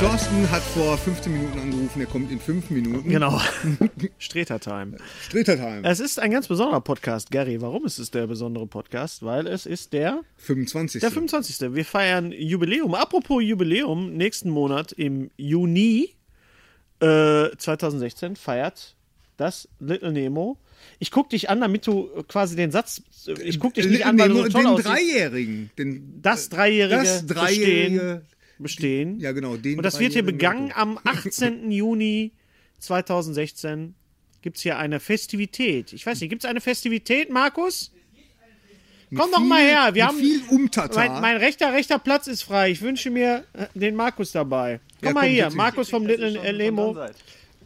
Thorsten hat vor 15 Minuten angerufen, er kommt in 5 Minuten. Genau. Äh, Streter Time. Stretertime. Es ist ein ganz besonderer Podcast, Gary. Warum ist es der besondere Podcast? Weil es ist der, 25. der 25. Wir feiern Jubiläum. Apropos Jubiläum, nächsten Monat im Juni äh, 2016 feiert das Little Nemo. Ich guck dich an, damit du quasi den Satz. Ich guck dich nicht an, weil du so Äh, den, toll den aussiehst. Dreijährigen. Den, Das Dreijährige. das Dreijährige. Bestehen. bestehen. Ja, genau. Den Und das wird hier Dreijährigen begangen Otto. am 18. Juni 2016. Gibt es hier eine Festivität? Ich weiß nicht, gibt es eine Festivität, Markus? Komm doch viel- mal her. Wir mit haben viel Umtata. Mein, mein rechter, rechter Platz ist frei. Ich wünsche mir äh, den Markus dabei. Komm Ja, mal komm, hier, bitte. Markus vom Little äh, Lemo.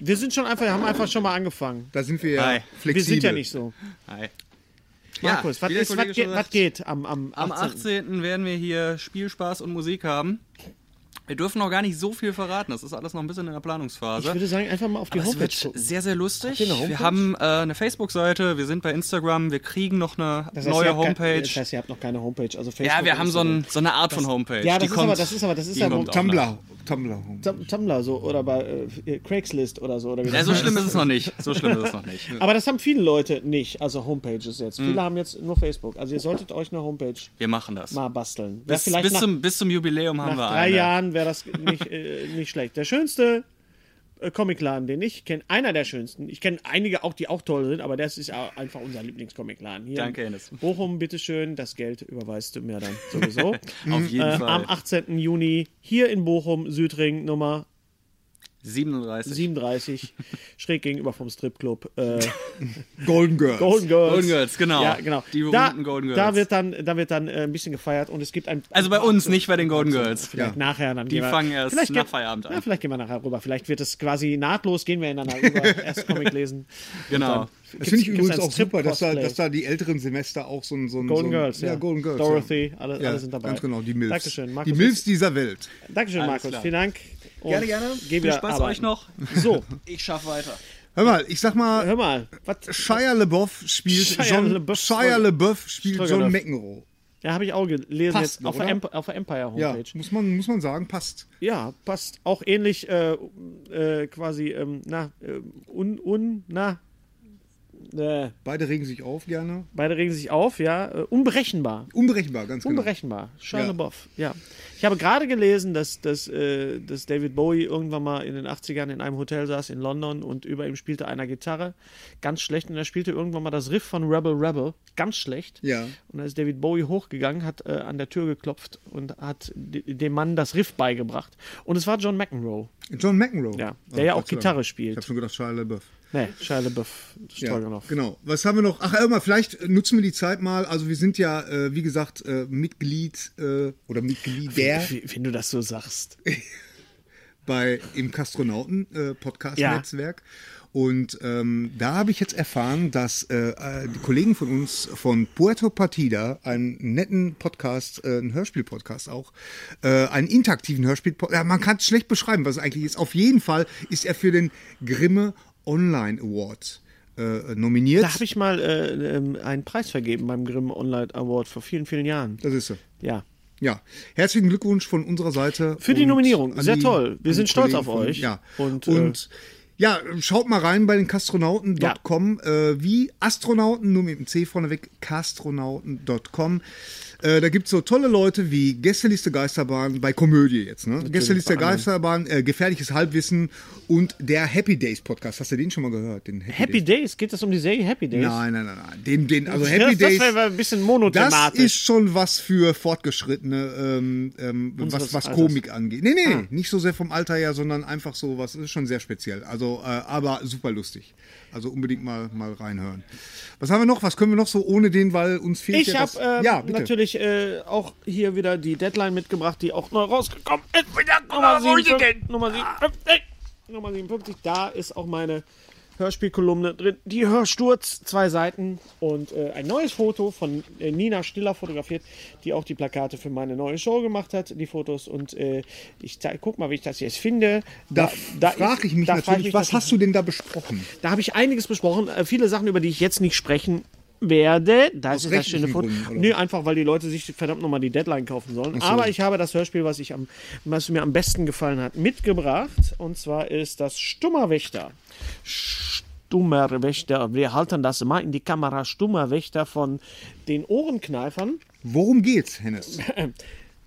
Wir sind schon einfach, haben einfach schon mal angefangen. Da sind wir ja Hi. flexibel. Wir sind ja nicht so. Hi. Markus, Ja, was, wie der ist, Kollege was, geht, schon was sagt, geht am, am 18.? Am 18. werden wir hier Spiel, Spaß und Musik haben. Wir dürfen noch gar nicht so viel verraten. Das ist alles noch ein bisschen in der Ich Planungsphase. würde sagen, einfach mal auf die Aber es Homepage wird gucken. sehr, sehr lustig. eine Homepage? Wir haben äh, eine Facebook-Seite, wir sind bei Instagram, wir kriegen noch eine Das heißt, ihr neue habt kein- Homepage. Das heißt, ihr habt noch keine Homepage. Also Facebook ja, wir und haben so, Instagram. ein, so eine Art von Homepage. Ja, das die ist kommt, aber, das ist aber, das ist die ja kommt auch noch. Tumblr. Tumblr. Tum- Tumblr so oder bei äh, Craigslist oder so oder wie Ja, das so heißt. schlimm ist es noch nicht. So schlimm Mhm. ist es noch nicht. Aber das haben viele Leute nicht, also Homepages jetzt. Viele haben jetzt nur Facebook. Also ihr solltet euch eine Homepage Wir machen das. mal basteln. Wär Bis, vielleicht bis, nach, zum, bis zum Jubiläum nach haben wir drei eine. Jahren wäre das nicht, äh, nicht schlecht. Der schönste äh, Comicladen, den ich kenne, einer der schönsten. Ich kenne einige auch, die auch toll sind, aber das ist ja einfach unser Lieblingscomicladen. Hier Danke, in Enes. Bochum, bitteschön, das Geld überweist du mir dann sowieso. Auf jeden äh, Fall. am 18. Juni hier in Bochum, Südring, Nummer 37. 37, schräg gegenüber vom Stripclub. Äh, Golden Girls. Golden Girls. Golden Girls, genau. Ja, genau. Die da, berühmten Golden Girls. Da wird dann, da wird dann äh, ein bisschen gefeiert und es gibt ein. also bei uns, nicht bei den Golden Girls. Vielleicht nachher dann. Die gehen wir- fangen erst vielleicht nach gehen- Feierabend an. Ja, vielleicht gehen wir nachher rüber. Vielleicht wird es quasi nahtlos, gehen wir ineinander rüber. Erst Comic lesen. Genau. Das finde ich übrigens auch super, dass das da, dass da die älteren Semester auch so ein. So ein Golden so ein, Girls, ja. Golden Girls. Dorothy, alle, Ja, alle sind dabei. Ganz genau, die Milfs. Dankeschön, Markus. Die Milfs dieser Welt. Dankeschön, Alles Markus. klar. Vielen Dank. Und Gerne, gerne. Geh Viel wieder Spaß arbeiten. euch noch. So, Ich schaffe weiter. Hör mal, ich sag mal, hör mal. Was? Shia LeBeouf spielt Shia John, LaBeouf- Shia LeBeouf spielt John Stroganoff. McEnroe. Ja, habe ich auch gelesen Passt jetzt noch, auf der, oder? Emp- auf der Empire Ja, Homepage. muss man, muss man sagen, passt. Ja, passt. Auch ähnlich äh, äh, quasi, ähm, na, äh, un, un, na. Äh, Beide regen sich auf gerne. beide regen sich auf, ja. Äh, unberechenbar. Unberechenbar, ganz genau. Unberechenbar. Shia Ja. LaBeouf, ja. Ich habe gerade gelesen, dass, dass, äh, dass David Bowie irgendwann mal in den 80ern in einem Hotel saß in London und über ihm spielte einer Gitarre. Ganz schlecht. Und er spielte irgendwann mal das Riff von Rebel Rebel. Ganz schlecht. Ja. Und dann ist David Bowie hochgegangen, hat äh, an der Tür geklopft und hat d- dem Mann das Riff beigebracht. Und es war John McEnroe. John McEnroe. Ja, Ah, Gott der ja auch sei Dank. Gitarre Ich spielt. habe schon gedacht, Shia LaBeouf. Nee, Shia LaBeouf, Stroganoff. Genau. Was haben wir noch? Ach, immer, vielleicht nutzen wir die Zeit mal. Also wir sind ja, äh, wie gesagt, äh, Mitglied äh, oder Mitglied der Wie- Wenn du das so sagst. bei im Kastronauten äh, Podcast Netzwerk. Und ähm, da habe ich jetzt erfahren, dass äh, äh, die Kollegen von uns von Puerto Partida einen netten Podcast, äh, einen Hörspiel-Podcast auch, äh, einen interaktiven Hörspiel-Podcast, ja, man kann es schlecht beschreiben, was es eigentlich ist. Auf jeden Fall ist er für den Grimme Online Award äh, nominiert. Da habe ich mal äh, ähm, einen Preis vergeben beim Grimm Online Award vor vielen, vielen Jahren. das ist so. Ja. Ja, herzlichen Glückwunsch von unserer Seite. Für die und Nominierung. an Sehr die- toll. Wir an sind die stolz Kollegen auf von- euch. Ja, Und, äh, und, ja, schaut mal rein bei den Kastronauten.com, äh, wie Astronauten, nur mit dem C vorneweg, Kastronauten.com. Äh, da gibt's so tolle Leute wie Gästeliste Geisterbahn bei Komödie jetzt. Ne? Gästeliste bei anderen. Geisterbahn, äh, Gefährliches Halbwissen und der Happy Days Podcast. Hast du den schon mal gehört? Den Happy Days, geht es um die Serie Happy Days? Nein, nein, nein, nein. Den, den, also Das- Happy das Days. wäre ein bisschen monothematisch. Das ist schon was für Fortgeschrittene, ähm, ähm, Unseres was, was Alters. Ah. Komik angeht. Nee, nee, nee, nicht so sehr vom Alter her, sondern einfach so was, ist schon sehr speziell. Also, äh, aber super lustig. Also unbedingt mal, mal reinhören. Was haben wir noch? Was können wir noch so ohne den, weil uns fehlt Ich ja das- habe äh, ja, bitte. natürlich äh, auch hier wieder die Deadline mitgebracht, die auch neu rausgekommen ist. Nummer 57, Nummer 57, Nummer 57. Da ist auch meine Hörspielkolumne drin. Die Hörsturz, zwei Seiten und äh, ein neues Foto von äh, Nina Stiller fotografiert, die auch die Plakate für meine neue Show gemacht hat, die Fotos. Und äh, ich zeig, guck mal, wie ich das jetzt finde. Da, da frage ist- ich mich da frag natürlich, was natürlich- hast du denn da besprochen? da habe ich einiges besprochen, äh, viele Sachen, über die ich jetzt nicht sprechen werde. Da ist das rechtlichen schöne Foto. Gründen, oder? Nö, einfach, weil die Leute sich verdammt nochmal die Deadline kaufen sollen. Aber ich habe das Hörspiel, was, ich am, was mir am besten gefallen hat, mitgebracht. Und zwar ist das Stummer Wächter. Stummer Wächter. Wir halten das mal in die Kamera. Stummer Wächter von den Ohrenkneifern. Worum geht's, Hennes?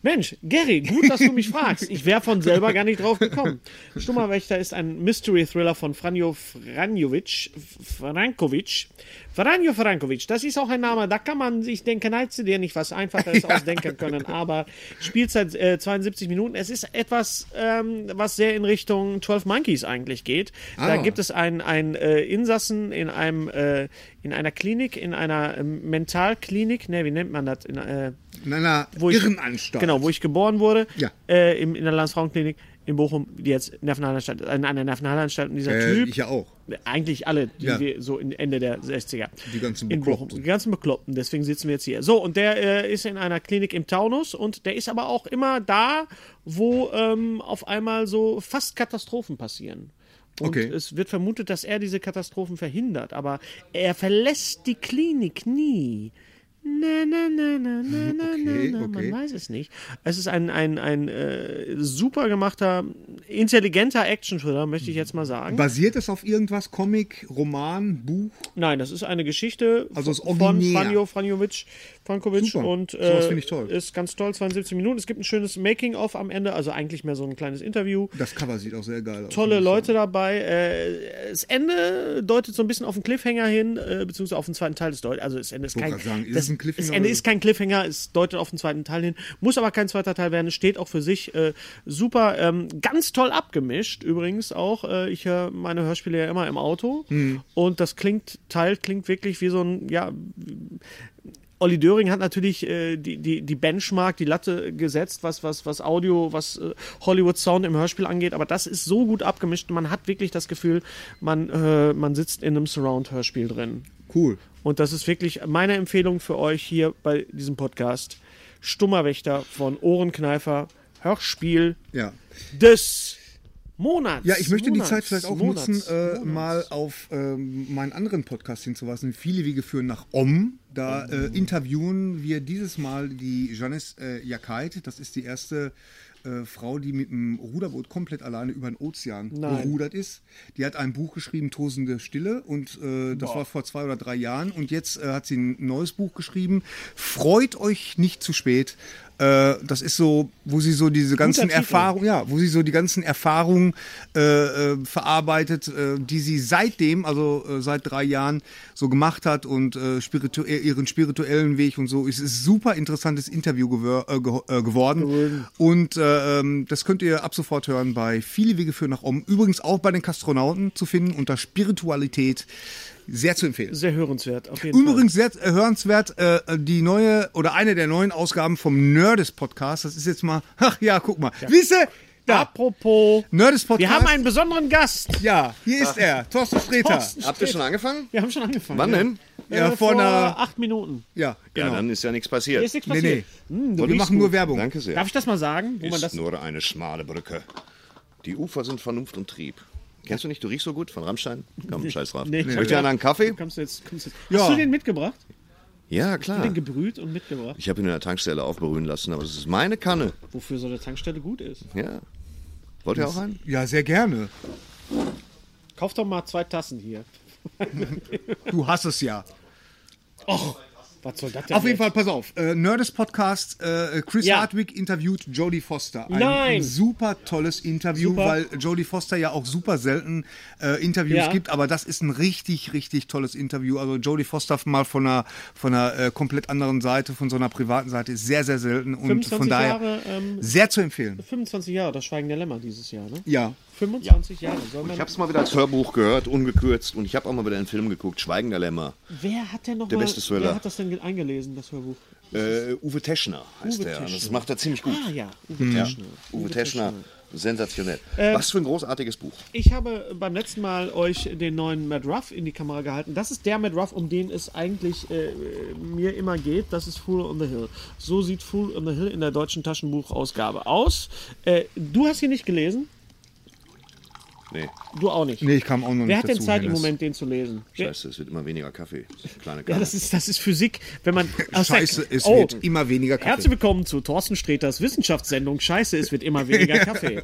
Mensch, Gary, gut, dass du mich fragst. Ich wäre von selber gar nicht drauf gekommen. Stummerwächter ist ein Mystery-Thriller von Franjo Franjovic. Frankovic. Franjo Frankovic, das ist auch ein Name, da kann man sich denken, hättest du dir nicht was Einfaches ausdenken können. Aber Spielzeit äh, 72 Minuten. Es ist etwas, ähm, was sehr in Richtung 12 Monkeys eigentlich geht. Da Ah. gibt es einen, einen äh, Insassen in, einem, äh, in einer Klinik, in einer ähm, Mentalklinik. Ne, wie nennt man das? In, äh, In einer wo ich, Irrenanstalt. Genau, wo ich geboren wurde. Ja. Äh, im, in der Landesfrauenklinik in Bochum, die jetzt Nervenheilanstalt, äh, in einer Nervenheilanstalt. Und dieser äh, Typ, ich ja auch. eigentlich alle, die Ja. wir so in Ende der 60er. Die ganzen in Bochum. Bekloppten. Die ganzen Bekloppten, deswegen sitzen wir jetzt hier. So, und der äh, ist in einer Klinik im Taunus und der ist aber auch immer da, wo ähm, auf einmal so fast Katastrophen passieren. Und Okay. es wird vermutet, dass er diese Katastrophen verhindert, aber er verlässt die Klinik nie. Na, na, na, na, na, na, Okay, na, na, man okay. weiß es nicht. Es ist ein, ein, ein äh, super gemachter, intelligenter Action-Thriller, möchte ich jetzt mal sagen. Basiert es auf irgendwas? Comic, Roman, Buch? Nein, das ist eine Geschichte Also ist von originär. Franjo Franjovic, Frankovic Super. und Sowas äh, finde ich toll. ist ganz toll, 72 Minuten. Es gibt ein schönes Making-of am Ende, also eigentlich mehr so ein kleines Interview. Das Cover sieht auch sehr geil aus. Tolle Leute dabei. Äh, das Ende deutet so ein bisschen auf den Cliffhanger hin, äh, beziehungsweise auf den zweiten Teil. des Deut also das Ende ist wollte kein gerade sagen, ist es das, ein Cliffhanger das Ende oder- ist kein Cliffhanger, es deutet auf den zweiten Teil hin. Muss aber kein zweiter Teil werden, steht auch für sich. Äh, super, ähm, ganz toll abgemischt übrigens auch. Äh, ich höre meine Hörspiele ja immer im Auto Hm. und das klingt, Teil klingt wirklich wie so ein, ja, Olli Döring hat natürlich äh, die, die, die Benchmark, die Latte gesetzt, was, was, was Audio, was äh, Hollywood Sound im Hörspiel angeht, aber das ist so gut abgemischt, man hat wirklich das Gefühl, man, äh, man sitzt in einem Surround-Hörspiel drin. Cool. Und das ist wirklich meine Empfehlung für euch hier bei diesem Podcast. Stummerwächter von Ohrenkneifer, Hörspiel Ja. des Monats. Ja, ich möchte Monats, die Zeit vielleicht auch Monats, nutzen, äh, Monats. mal auf ähm, meinen anderen Podcast hinzuweisen. Viele Wege führen nach Om. Da äh, interviewen wir dieses Mal die Janice äh, Jakait. Das ist die erste äh, Frau, die mit dem Ruderboot komplett alleine über den Ozean Nein. gerudert ist. Die hat ein Buch geschrieben, Tosende Stille. Und äh, das war vor zwei oder drei Jahren. Und jetzt äh, hat sie ein neues Buch geschrieben. Freut euch nicht zu spät. Äh, Äh, das ist so, wo sie so diese ganzen Titel. Erfahrungen, ja, wo sie so die ganzen Erfahrungen äh, äh, verarbeitet, äh, die sie seitdem, also äh, seit drei Jahren, so gemacht hat und äh, spiritu äh, ihren spirituellen Weg und so. Es ist super interessantes Interview gewor äh, geho- äh, geworden. Und äh, ähm, das könnt ihr ab sofort hören bei Viele Wege führen nach oben. Übrigens auch bei den Kastronauten zu finden unter Spiritualität. Sehr zu empfehlen. Sehr hörenswert, auf jeden Fall. Übrigens sehr äh, hörenswert, äh, die neue oder eine der neuen Ausgaben vom Nerdes Podcast. Das ist jetzt mal, ach ja, guck mal. Siehst du? Da, Apropos, Nerdes Podcast. wir haben einen besonderen Gast. Ja, hier ist er, Thorsten Sträter. Thorsten Habt ihr schon angefangen? Wir haben schon angefangen. Wann ja. denn? Ja, äh, vor vor einer- acht Minuten. Ja, Ja, genau. dann ist ja nichts Hier passiert. ist nichts Nee, nee. passiert. Hm, du Wir machen nur Werbung. Danke sehr. Darf ich das mal sagen? Wo man ist das nur eine schmale Brücke. Die Ufer sind Vernunft und Trieb. Kennst du nicht, du riechst so gut von Rammstein? Komm, scheiß drauf. Nee. Möchtest du einen Kaffee? kommst du jetzt, kommst du jetzt. Ja. Hast du den mitgebracht? Ja, klar. Den gebrüht und mitgebracht? Ich habe ihn in der Tankstelle aufberühren lassen, aber das ist meine Kanne. Wofür so eine Tankstelle gut ist. Ja. Wollt ihr auch einen? Ja, sehr gerne. Kauf doch mal zwei Tassen hier. Du hast es ja. Was soll das denn? Auf jeden jetzt? Fall, pass auf. Äh, Nerdes Podcast, äh, Chris Ja. Hardwick interviewt Jodie Foster. Ein Nein. super tolles Interview, Super. weil Jodie Foster ja auch super selten äh, Interviews Ja. gibt, aber das ist ein richtig, richtig tolles Interview. Also Jodie Foster mal von einer, von einer äh, komplett anderen Seite, von so einer privaten Seite, ist sehr, sehr selten und 25 von daher Jahre, ähm, sehr zu empfehlen. 25 Jahre, das Schweigen der Lämmer dieses Jahr, ne? Ja. 25 Jahre. Soll man, Ich habe es mal wieder als Hörbuch gehört, ungekürzt. Und ich habe auch mal wieder einen Film geguckt, Schweigender Lämmer. wer hat denn noch Der mal, beste Thriller. Wer hat das denn ge- eingelesen, das Hörbuch? Äh, Uwe Teschner heißt Uwe der. Das Teschner. macht er ziemlich gut. Ah ja, Uwe Äh, Teschner. Uwe Teschner, sensationell. Was für ein großartiges Buch. Ich habe beim letzten Mal euch den neuen Mad Ruff in die Kamera gehalten. Das ist der Mad Ruff, um den es eigentlich äh, mir immer geht. Das ist Fool on the Hill. So sieht Fool on the Hill in der deutschen Taschenbuchausgabe aus. Äh, du hast ihn nicht gelesen, Nee, du auch nicht. Nee, ich kam auch noch Wer nicht hat denn dazu, Zeit im Hennes. Moment, den zu lesen? Wer, scheiße, es wird immer weniger Kaffee. Das ist eine kleine ja, Kanne. das ist, das ist Physik. Wenn man aus der- Scheiße, es oh, wird immer weniger Kaffee. Herzlich willkommen zu Thorsten Sträters Wissenschaftssendung. Scheiße, es wird immer weniger Kaffee.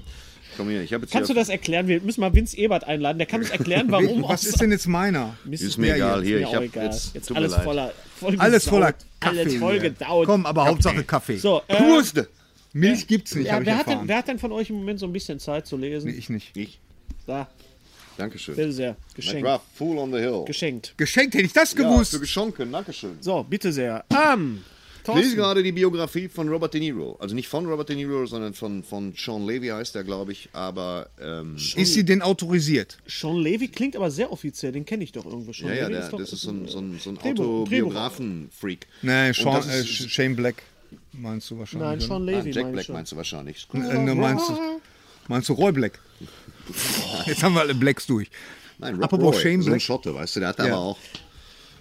Komm hier, ich habe jetzt Kannst du hier, das erklären? Wir müssen mal Vince Ebert einladen. Der kann uns erklären, warum Was aus- ist denn jetzt meiner? Mist, Ist mir egal, hier, mir ich auch habe egal. jetzt, tut mir alles leid. voller vollgesaut, Alles voller Kaffee. Alles voll hier. gedaut. Komm, aber Hauptsache Kaffee. So, äh, Prost! Milch gibt's nicht, ja, habe ich wer, hat denn, erfahren. wer hat denn von euch im Moment so ein bisschen Zeit zu lesen? Ich nicht. Ich? Da, bitte Dankeschön. sehr. Geschenkt. McGrath, Fool on the Hill. Geschenkt. Geschenkt hätte ich das Ja, gewusst. hast du geschonken, Dankeschön. So, bitte sehr. Ähm, Ich lese gerade die Biografie von Robert De Niro. Also nicht von Robert De Niro, sondern von, von Sean Levy heißt der, glaube ich. Aber ähm, Ist sie denn autorisiert? Sean Levy klingt aber sehr offiziell. Den kenne ich doch irgendwo schon. ja, ja, Levy der, doch- das ist so ein, so ein, so ein Drehbuch- Autobiografen-Freak. Nein, Und Sean, das äh, ist- Shane Black meinst du wahrscheinlich. Nein, Sean Ah, Levy. Jack meine Black ich schon. meinst du wahrscheinlich. oder? Äh, ne, meinst, du, meinst du Roy Black? Jetzt haben wir alle Blacks durch. Nein, Rob Apropos Roy, Shane so ein Black. Schotte, weißt du, der hat Ja. aber auch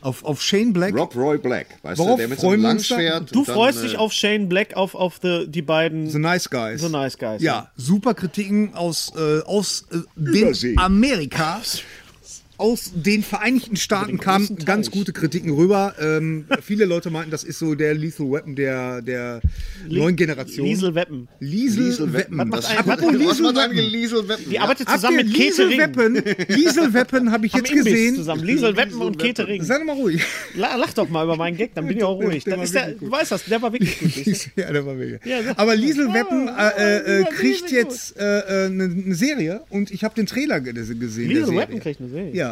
Auf, auf Shane Black? Rob Roy Black, weißt Worauf du, der mit so einem freuen wir uns da? Langschwert. Du und dann, freust äh, dich auf Shane Black, auf, auf the, die beiden. The Nice Guys. The Nice Guys, Ja, super Kritiken aus, äh, aus äh, Übersee. den Amerika. Aus den Vereinigten Staaten kamen ganz gute Kritiken rüber. Ähm, viele Leute meinten, das ist so der Lethal Weapon der, der neuen Generation. Liesel Weppen. Liesel, Liesel Weppen. Weppen. Das- Das Apropos was Liesel macht ein Weppen. Liesel Weppen? Die Ja. arbeitet Habt zusammen ihr mit Käthe Liesel Ring. Weppen? Liesel Weppen habe ich Am jetzt Imbiss gesehen. zusammen. Liesel Weppen und Käthe Ring. Sei doch mal ruhig. La- Lach doch mal über meinen Gag, dann bin ich auch ruhig. Der Dann war ist der, wirklich gut. du weißt das, der war wirklich gut. siehst du? ja, der war mega. Ja, sag- Aber Liesel Weppen Ah, äh, äh, Liesel kriegt gut. jetzt äh, äh, eine eine Serie und ich habe den Trailer ge- gesehen. der Liesel Serie. Weppen kriegt eine Serie. Ja.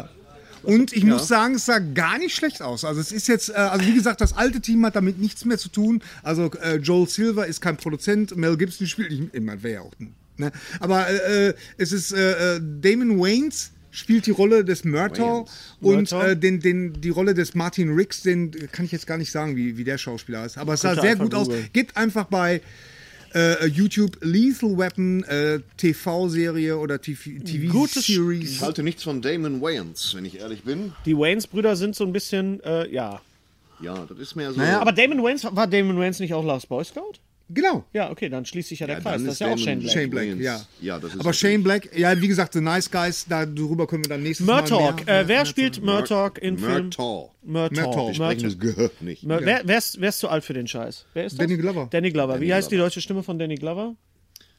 Und ich muss sagen, es sah gar nicht schlecht aus. Also es ist jetzt, äh, also wie gesagt, das alte Team hat damit nichts mehr zu tun. Also äh, Joel Silver ist kein Produzent, Mel Gibson spielt, ich, ich meine, wäre ja auch, ne? Aber äh, äh, es ist äh, äh, Damon Wayans spielt die Rolle des Murtaugh und Murtaugh. äh, den, den, die Rolle des Martin Riggs, den kann ich jetzt gar nicht sagen, wie, wie der Schauspieler heißt. Aber es sah Könnte sehr einfach gut aus. googeln. Gebt einfach bei äh, YouTube Lethal Weapon äh, TV-Serie oder Gutes- TV-Series. Ich halte nichts von Damon Wayans, wenn ich ehrlich bin. Die Waynes-Brüder sind so ein bisschen, äh, ja. Ja, das ist mehr so. Naja, Aber Damon Waynes, war Damon Waynes nicht auch Last Boy Scout? Genau. Ja, okay, dann schließt sich ja der Ja, Kreis. dann Das ist ist ja auch Damon Shane Black. Shane Black, Wayans. ja. Ja, das ist Aber Shane Black, ja, wie gesagt, The Nice Guys, darüber können wir dann nächstes Mal Murtaugh. mehr. Äh, wer spielt Murtaugh in Film? Murtaugh. Murtaugh. Murtaugh. Wir sprechen das Gehör nicht. Mur- Wer, wer, ist, wer ist zu alt für den Scheiß? Wer ist das? Danny Glover. Danny Glover. Wie heißt die deutsche Stimme von Danny Glover?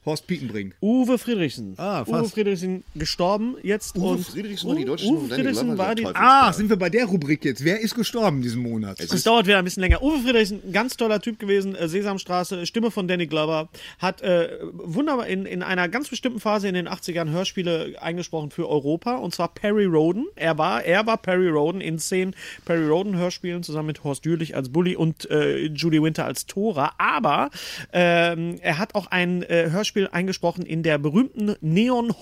Horst Pietenbrink. Uwe Friedrichsen. Ah, Uwe fast. Friedrichsen gestorben jetzt. Uwe und Friedrichsen war die deutsche Uwe Friedrichsen war die. Ah, Ah, sind wir bei der Rubrik jetzt. Wer ist gestorben diesen Monat? es dauert wieder ein bisschen länger. Uwe Friedrichsen, ein ganz toller Typ gewesen. äh, Sesamstraße, Stimme von Danny Glover. Hat äh, wunderbar in, in einer ganz bestimmten Phase in den 80ern Hörspiele eingesprochen für Europa. Und zwar Perry Roden. Er war, er war Perry Roden in zehn Perry Roden Hörspielen zusammen mit Horst Jülich als Bully und äh, Judy Winter als Tora. Aber ähm, er hat auch ein äh, Hörspiel eingesprochen in der berühmten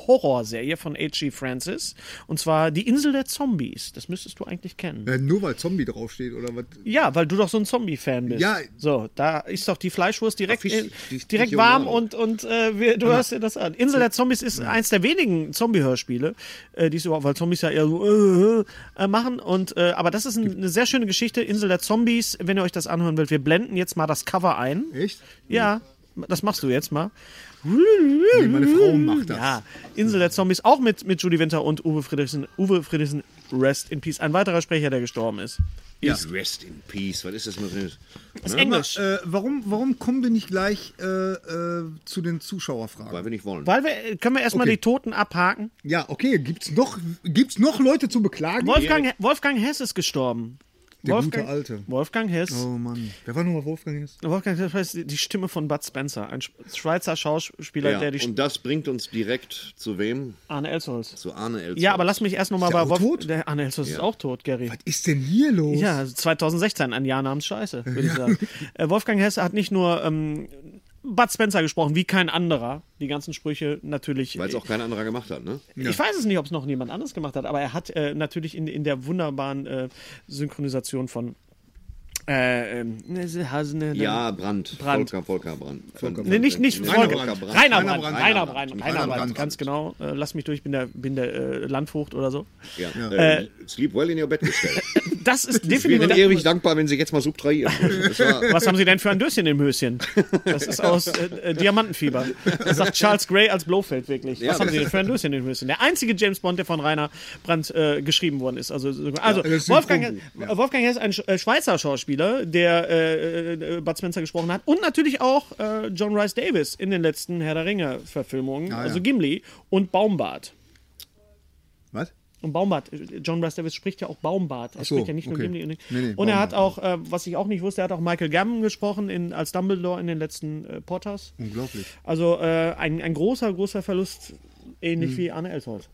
Neon-Horror-Serie von H.G. Francis. Und zwar Die Insel der Zombies. Das müsstest du eigentlich kennen. Äh, nur weil Zombie draufsteht oder was? Ja, weil du doch so ein Zombie-Fan bist. Ja. So, da ist doch die Fleischwurst direkt, Fisch- in, Fisch- direkt Fisch- warm Junge. und, und äh, wir, du hörst dir das an. Insel der Zombies ist eins der wenigen Zombie-Hörspiele, äh, die es überhaupt, weil Zombies ja eher so äh, äh, machen. Und, äh, aber das ist ein, eine sehr schöne Geschichte. Insel der Zombies, wenn ihr euch das anhören wollt, wir blenden jetzt mal das Cover ein. Echt? Ja, das machst du jetzt mal. Nee, meine Frau macht das. Ja, Insel der Zombies, auch mit, mit Judy Winter und Uwe Friedrichsen. Uwe Friedrichsen, rest in peace. Ein weiterer Sprecher, der gestorben ist. Please rest in peace. Was ist das mit Das ist Englisch. Äh, warum, warum kommen wir nicht gleich äh, äh, zu den Zuschauerfragen? Weil wir nicht wollen. Weil wir, äh, können wir erstmal Okay. die Toten abhaken? Ja, okay, gibt's noch, gibt's noch Leute zu beklagen? Wolfgang, Wolfgang Hess ist gestorben. Der gute Wolfgang, Alte. Wolfgang Hess. Oh Mann, wer war nochmal Wolfgang jetzt? Wolfgang Hess heißt die Stimme von Bud Spencer, ein Schweizer Schauspieler, ja, der die und Stimme das bringt uns direkt zu wem? Arne Elsholz. Zu Arne Elster. Ja, aber lass mich erst nochmal Ist der bei auch Wolf. tot? Der Arne Elsholz ist auch tot, Gary. Was ist denn hier los? Ja, 2016, ein Jahr namens Scheiße, würde ich sagen. Äh, Wolfgang Hesse hat nicht nur ähm, Bud Spencer gesprochen, wie kein anderer. Die ganzen Sprüche natürlich. Weil es auch kein anderer gemacht hat, ne? Ich weiß es nicht, ob es noch jemand anderes gemacht hat, aber er hat äh, natürlich in, in der wunderbaren äh, Synchronisation von äh, ähm, ne, se- Hase- ne- Ja, Brandt. Brandt. Volker, Volker Brandt. Volker Ne, nicht, nicht Rainer Volker. Brandt. Rainer Rainer Brandt. Brandt. Rainer Brandt. Nicht Rainer Rainer Brandt. Brandt. Ganz genau. Äh, lass mich durch, ich bin der, bin der äh, Landvogt oder so. Ja. Äh, sleep well in your bed gestellt. Das ist Wir definitiv. wären ewig dankbar, wenn Sie jetzt mal subtrahieren. würden. Das war, Was haben Sie denn für ein Döschen im Höschen? Das ist aus äh, äh, Diamantenfieber. Das sagt Charles Gray als Blofeld wirklich. Was Ja, haben das- Sie denn für ein Döschen im Höschen? Der einzige James Bond, der von Rainer Brandt äh, geschrieben worden ist. Also, so- also das ist ein Wolfgang, Synchronbuch, Wolfgang Hess, ein Sch- äh, Schweizer Schauspieler, der äh, äh, Bud Spencer gesprochen hat. Und natürlich auch äh, John Rice Davis in den letzten Herr der Ringe-Verfilmungen. ja. Also Gimli und Baumbart. Was? Und Baumbart, John Russ Davis spricht ja auch Baumbart. Er so, spricht ja nicht nur okay. Gimli. Und, Nee, nee, und er hat auch, Baumbart. äh, was ich auch nicht wusste, er hat auch Michael Gambon gesprochen in, als Dumbledore in den letzten äh, Potters. Hm. Unglaublich. Also äh, ein, ein großer, großer Verlust, ähnlich Hm. wie Arne Elsholz.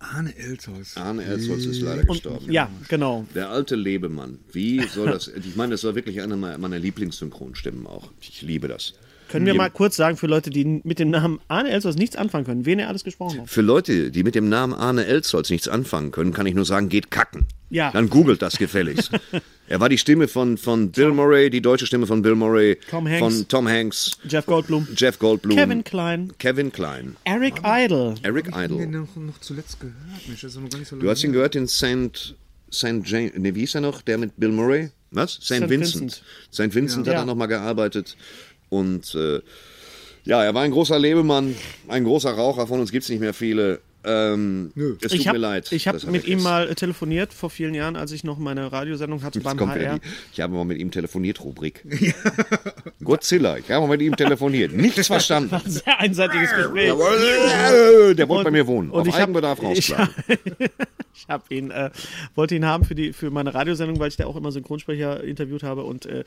Arne Elters. Arne Erzholz ist leider gestorben. Ja, genau. Der alte Lebemann. Wie soll das? Ich meine, das war wirklich eine meiner meiner Lieblingssynchronstimmen auch. Ich liebe das. Können Hm. wir mal kurz sagen für Leute, die n- mit dem Namen Arne Elsholz nichts anfangen können, wen er alles gesprochen hat? Für Leute, die mit dem Namen Arne Elsholz nichts anfangen können, kann ich nur sagen, geht kacken. Ja. Dann googelt das gefälligst. er war die Stimme von, von Bill Murray, die deutsche Stimme von Bill Murray, Tom Hanks. von Tom Hanks, Jeff Goldblum, Jeff Goldblum, Kevin Klein, Kevin Klein, Eric Idle. Eric Den Idle. noch, noch zuletzt gehört, Mensch, das ist doch noch gar nicht so lange. Du hast ihn her. gehört in St. St. James, ne, wie hieß er noch? Der mit Bill Murray? Was? St. St. Vincent. Vincent. Vincent. St. Vincent Ja. hat Ja. er nochmal gearbeitet. Und äh, ja, er war ein großer Lebemann, ein großer Raucher. Von uns gibt es nicht mehr viele. Ähm, Nö. Es tut Ich habe mir leid. dass hab er mit weg ihm ist. mal äh, telefoniert vor vielen Jahren, als ich noch meine Radiosendung hatte Jetzt beim kommt wieder HR. die, ich habe mal mit ihm telefoniert, Rubrik. Godzilla, ich habe mal mit ihm telefoniert. Nichts verstanden. Sehr einseitiges Gespräch. Der wollte bei mir wohnen. und Auf ich hab- Eigenbedarf ich rausschlagen. Ich hab ihn, äh, wollte ihn haben für, die, für meine Radiosendung, weil ich da auch immer Synchronsprecher interviewt habe. Und äh,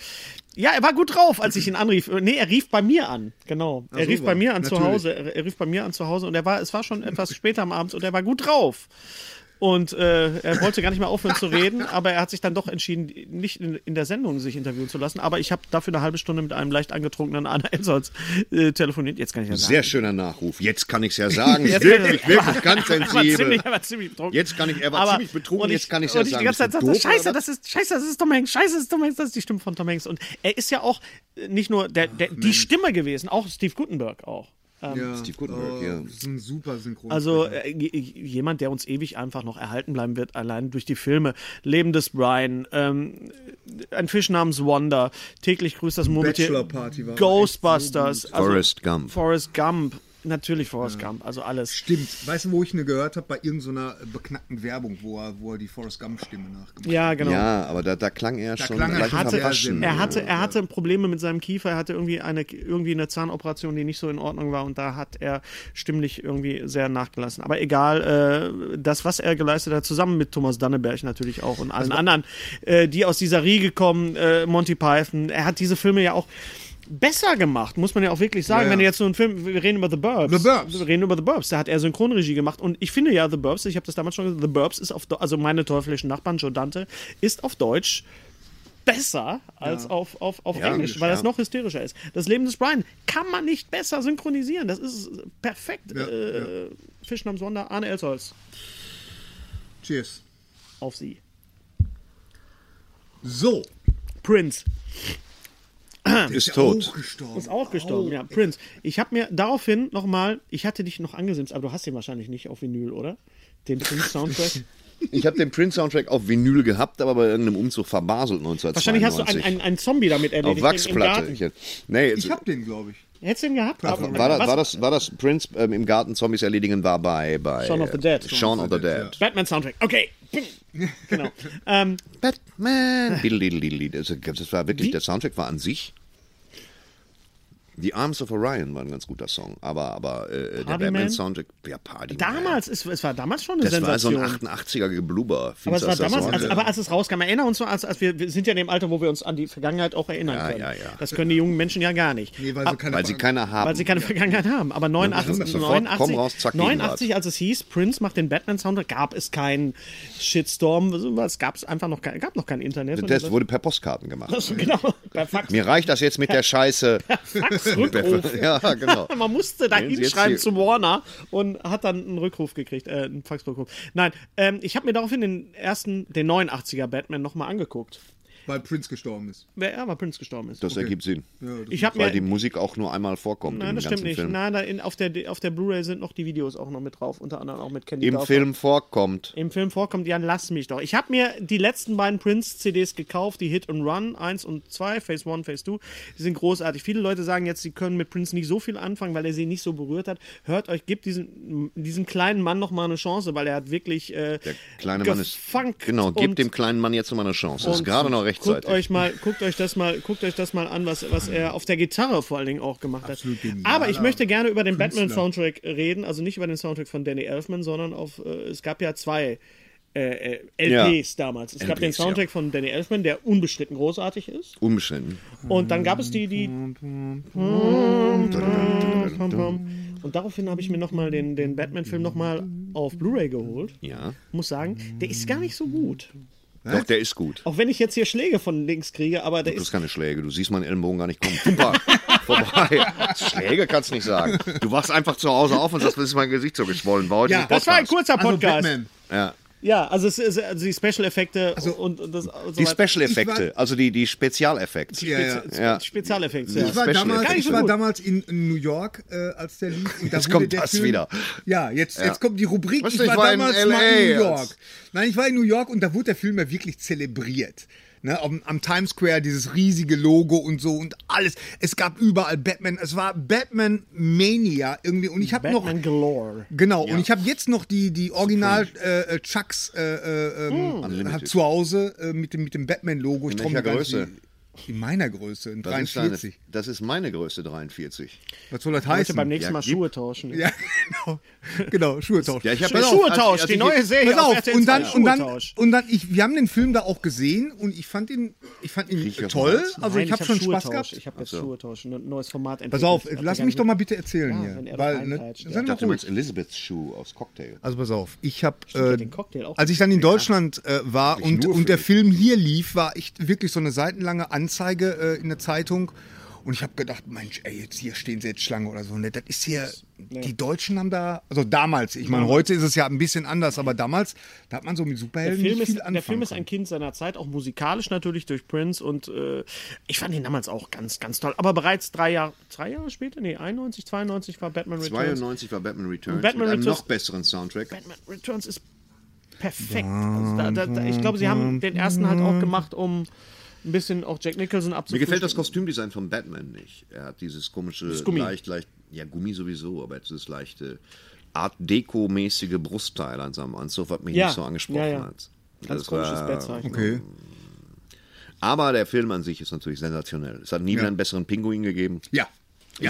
ja, er war gut drauf, als ich ihn anrief. Äh, Nee, er rief bei mir an. Genau. er so rief bei war- mir an zu natürlich. Hause. Er, er rief bei mir an zu Hause und er war, es war schon etwas später am Abend und er war gut drauf. Und äh, er wollte gar nicht mehr aufhören zu reden, aber er hat sich dann doch entschieden, nicht in, in der Sendung sich interviewen zu lassen. Aber ich habe dafür eine halbe Stunde mit einem leicht angetrunkenen Anna Elsholz äh, telefoniert. Jetzt kann ich ja sagen. Sehr schöner Nachruf. Jetzt kann ich es ja sagen. Jetzt- wirklich, wirklich ganz Er war sensibel. ziemlich, er war ziemlich betrunken. Jetzt kann ich- er war ziemlich betrunken, und jetzt kann ich's ja und Ich die sagen. ganze Zeit Bist du sagte, doof oder scheiße, das ist, scheiße, das ist Tom Hanks, scheiße, das ist Tom Hanks, das ist die Stimme von Tom Hanks. Und er ist ja auch äh, nicht nur der, der, die Stimme gewesen, auch Steve Gutenberg auch. Ja, Steve Gutenberg, ja. Das ist ein super Synchron. Also äh, j- jemand, der uns ewig einfach noch erhalten bleiben wird, allein durch die Filme. Leben des Brian, ähm, ein Fisch namens Wanda, täglich grüßt das Murmeltier, Bachelor Party war Ghostbusters, also Forrest Gump. Forrest Gump, Natürlich Forrest Gump, also alles. Stimmt. Weißt du, wo ich ihn gehört habe? Bei irgendeiner beknackten Werbung, wo er, wo er die Forrest Gump-Stimme nachgemacht hat. Ja, genau. Ja, aber da, da klang er schon klang er- leicht hatte- verwaschen. Er hatte, er hatte Probleme mit seinem Kiefer, er hatte irgendwie eine, irgendwie eine Zahnoperation, die nicht so in Ordnung war und da hat er stimmlich irgendwie sehr nachgelassen. Aber egal, äh, das, was er geleistet hat, zusammen mit Thomas Danneberg natürlich auch und allen Also- anderen, äh, die aus dieser Riege kommen, äh, Monty Python, er hat diese Filme ja auch besser gemacht, muss man ja auch wirklich sagen. Ja, ja. Wenn du jetzt so einen Film, wir reden über The Burbs. The Burbs. Wir reden über The Burbs. Da hat er Synchronregie gemacht. Und ich finde ja, The Burbs, ich habe das damals schon gesagt, The Burbs ist auf, Do- also meine teuflischen Nachbarn, Joe Dante, ist auf Deutsch besser als auf, auf, auf Englisch, weil das noch hysterischer ist. Das Leben des Brian kann man nicht besser synchronisieren. Das ist perfekt. Ja, äh, Fisch namens Wonder, Arne Elsholz, Cheers. auf sie. So. Prince Ist, ja tot. Auch gestorben. ist auch gestorben, Au. ja. Prince. Ich habe mir daraufhin nochmal, ich hatte dich noch angesimst, aber du hast den wahrscheinlich nicht auf Vinyl, oder? Den Prince-Soundtrack. Ich habe den Prince-Soundtrack auf Vinyl gehabt, aber bei irgendeinem Umzug verbaselt 1992. wahrscheinlich hast du einen, einen, einen Zombie damit auf erledigt. im- Wachsplatte. Im Ich, Garten. hätte- nee, jetzt, Ich hab den, glaube ich. Hättest du den gehabt? war, das, war, das, war das Prince ähm, im Garten Zombies erledigen war bei, bei Shaun of the Dead. Shaun of the Dead, Dead. Batman-Soundtrack. Okay. genau. Ähm, Batman. Diddle-diddle-diddle. Das, das war wirklich, Wie? der Soundtrack war an sich. The Arms of Orion war ein ganz guter Song, aber, aber äh, der Party Man? Batman-Soundtrack, ja, Party. Man. damals, es, es war damals schon eine Das war so Sensation. ein 88er Geblubber. Aber es war Findest du das damals, so? als, aber als es rauskam, erinnern uns, so, als, als wir, wir sind ja in dem Alter, wo wir uns an die Vergangenheit auch erinnern Ja, können. ja, ja. Das können die jungen Menschen ja gar nicht. Nee, weil, Ah, sie keine weil sie keiner haben. weil sie keine Vergangenheit haben. Aber 89, das ist sofort, komm 89, raus, zack, Gegenwart. 89, als es hieß, Prince macht den Batman-Soundtrack, gab es keinen Shitstorm. Es gab einfach noch, kein- gab noch kein Internet. Und das wurde per Postkarten gemacht. das- genau, per Fax. Mir reicht das jetzt mit der Scheiße. Fax Rückruf. Ja, genau. Man musste da Nehmen Sie jetzt hinschreiben hier- zu Warner und hat dann einen Rückruf gekriegt, äh, einen Faxrückruf. Nein, ähm, ich habe mir daraufhin den ersten, den 89er Batman nochmal angeguckt. Weil Prince gestorben ist. Wer aber Prince gestorben ist. Das ergibt Sinn. ich habe Weil die mir. Musik auch nur einmal vorkommt Nein, im das ganzen stimmt nicht. Film. Nein, da in, auf der, auf der Blu-ray sind noch die Videos auch noch mit drauf, unter anderem auch mit Candy Im Dulfer. Film vorkommt. Im Film vorkommt, Jan, lass mich doch. Ich habe mir die letzten beiden Prince-CDs gekauft, die Hit and Run 1 und 2, Phase 1, Phase 2. Die sind großartig. Viele Leute sagen jetzt, sie können mit Prince nicht so viel anfangen, weil er sie nicht so berührt hat. Hört euch, gebt diesem, diesem kleinen Mann noch mal eine Chance, weil er hat wirklich. Äh, Der kleine Mann ist. gefunkt Genau, und- gebt dem kleinen Mann jetzt nochmal eine Chance. Das ist und gerade noch Guckt rechtzeitig. euch mal, guckt euch das mal, guckt euch das mal an, was, was er auf der Gitarre vor allen Dingen auch gemacht hat. Absolut genialer Aber ich möchte gerne über den Künstler. Batman-Soundtrack reden, also nicht über den Soundtrack von Danny Elfman, sondern auf, äh, es gab ja zwei äh, äh, LPs damals. Es gab LPs, den Soundtrack von Danny Elfman, der unbestritten großartig ist. Unbeschnitten. Und dann gab es die, die. Und daraufhin habe ich mir nochmal den, den Batman-Film nochmal auf Blu-ray geholt. Ja. Muss sagen, der ist gar nicht so gut. Doch, der ist gut. Auch wenn ich jetzt hier Schläge von links kriege, aber der Du ist kriegst keine Schläge. Du siehst meinen Ellenbogen gar nicht kommen. Super. Vorbei. Schläge kannst du nicht sagen. Du wachst einfach zu Hause auf und sagst, das ist mein Gesicht so geschwollen. War heute Ja, nicht Das war ein Podcast. kurzer Podcast. Also Batman. Ja. ja, also, es ist, also die Special-Effekte Also und, und das und so Die weiter. Ich Special-Effekte, also die, die Spezialeffekte. Ja, ja. Spez- Ja. Spezialeffekte. Ich war, Special damals, Effects. ich war damals in New York, äh, als der lief. Und da Jetzt wurde kommt der das Film, wieder. Ja, jetzt, Ja. jetzt kommt die Rubrik. Weißt Ich du, war, ich war in damals mal in LA New York. als- Nein, ich war in New York und da wurde der Film ja wirklich zelebriert. Ne, am, am Times Square dieses riesige Logo und so und alles. Es gab überall Batman. Es war Batman Mania irgendwie. Und ich habe noch Batman Galore. Genau, und ich habe jetzt noch die, die Original äh, äh, Chucks äh, äh, ähm, hab zu Hause äh, mit dem, mit dem Batman-Logo. Ich Hm. In trau mir welcher gar nicht- Größe? In meiner Größe, in Das ist, 43. deine- das ist meine Größe 43. Was soll das Kannst du heißen? beim nächsten Ja, Mal ne? gib- Schuhe tauschen. ja, genau. genau, Schuhe tauschen. Ja, ich habe Der Schuhetausch, die neue Serie Pass auf auf, RTL und dann, 2, und dann, also Schuhetausch. und dann ich, wir haben den Film da auch gesehen und ich fand ihn, ich fand ihn Riecher toll. Holz. Also Nein, ich habe hab schon Schuhe Spaß tausch. gehabt. Ich habe jetzt Schuhe tauschen, ein neues Format entwickelt. Pass auf, Hab lass die mich doch ganze- mal bitte erzählen Ja, wenn hier. er doch Weil, ne, einpeitscht, ja. sei Ich mal dachte, du ruhig. meinst Elizabeths Schuh aus Cocktail. Also pass auf, ich habe, ja, äh, den Cocktail auch. als ich dann in Deutschland äh, war Wirklich und, nur für und der dich. Film hier lief, war echt wirklich so eine seitenlange Anzeige äh, in der Zeitung. Und ich habe gedacht, Mensch, ey, jetzt hier stehen sie jetzt Schlange oder so. Ne, das ist hier, die Deutschen haben da, also damals, ich meine, heute ist es ja ein bisschen anders, aber damals, da hat man so mit der Superhelden Film, nicht viel ist, der Film anfangen ist ein Kind seiner Zeit, auch musikalisch natürlich durch Prince und äh, ich fand ihn damals auch ganz, ganz toll. Aber bereits drei Jahre, drei Jahre später, nee, 91, 92 war Batman Returns. 92 war Batman Returns Batman mit einem Returns- noch besseren Soundtrack. Batman Returns ist perfekt. Also da, da, da, ich glaube, sie haben den ersten halt auch gemacht, um ein bisschen auch Jack Nicholson Mir abzufrühstücken. gefällt das Kostümdesign von Batman nicht. Er hat dieses komische, Gummi. leicht, leicht, ja, Gummi sowieso, aber dieses leichte Art Deko-mäßige Brustteil an seinem Anzug, was mich Ja, nicht so angesprochen ja, ja. hat. Ganz komisches Bettzeichen. Okay. Aber der Film an sich ist natürlich sensationell. Es hat nie wieder einen besseren Pinguin gegeben. Ja. Ja,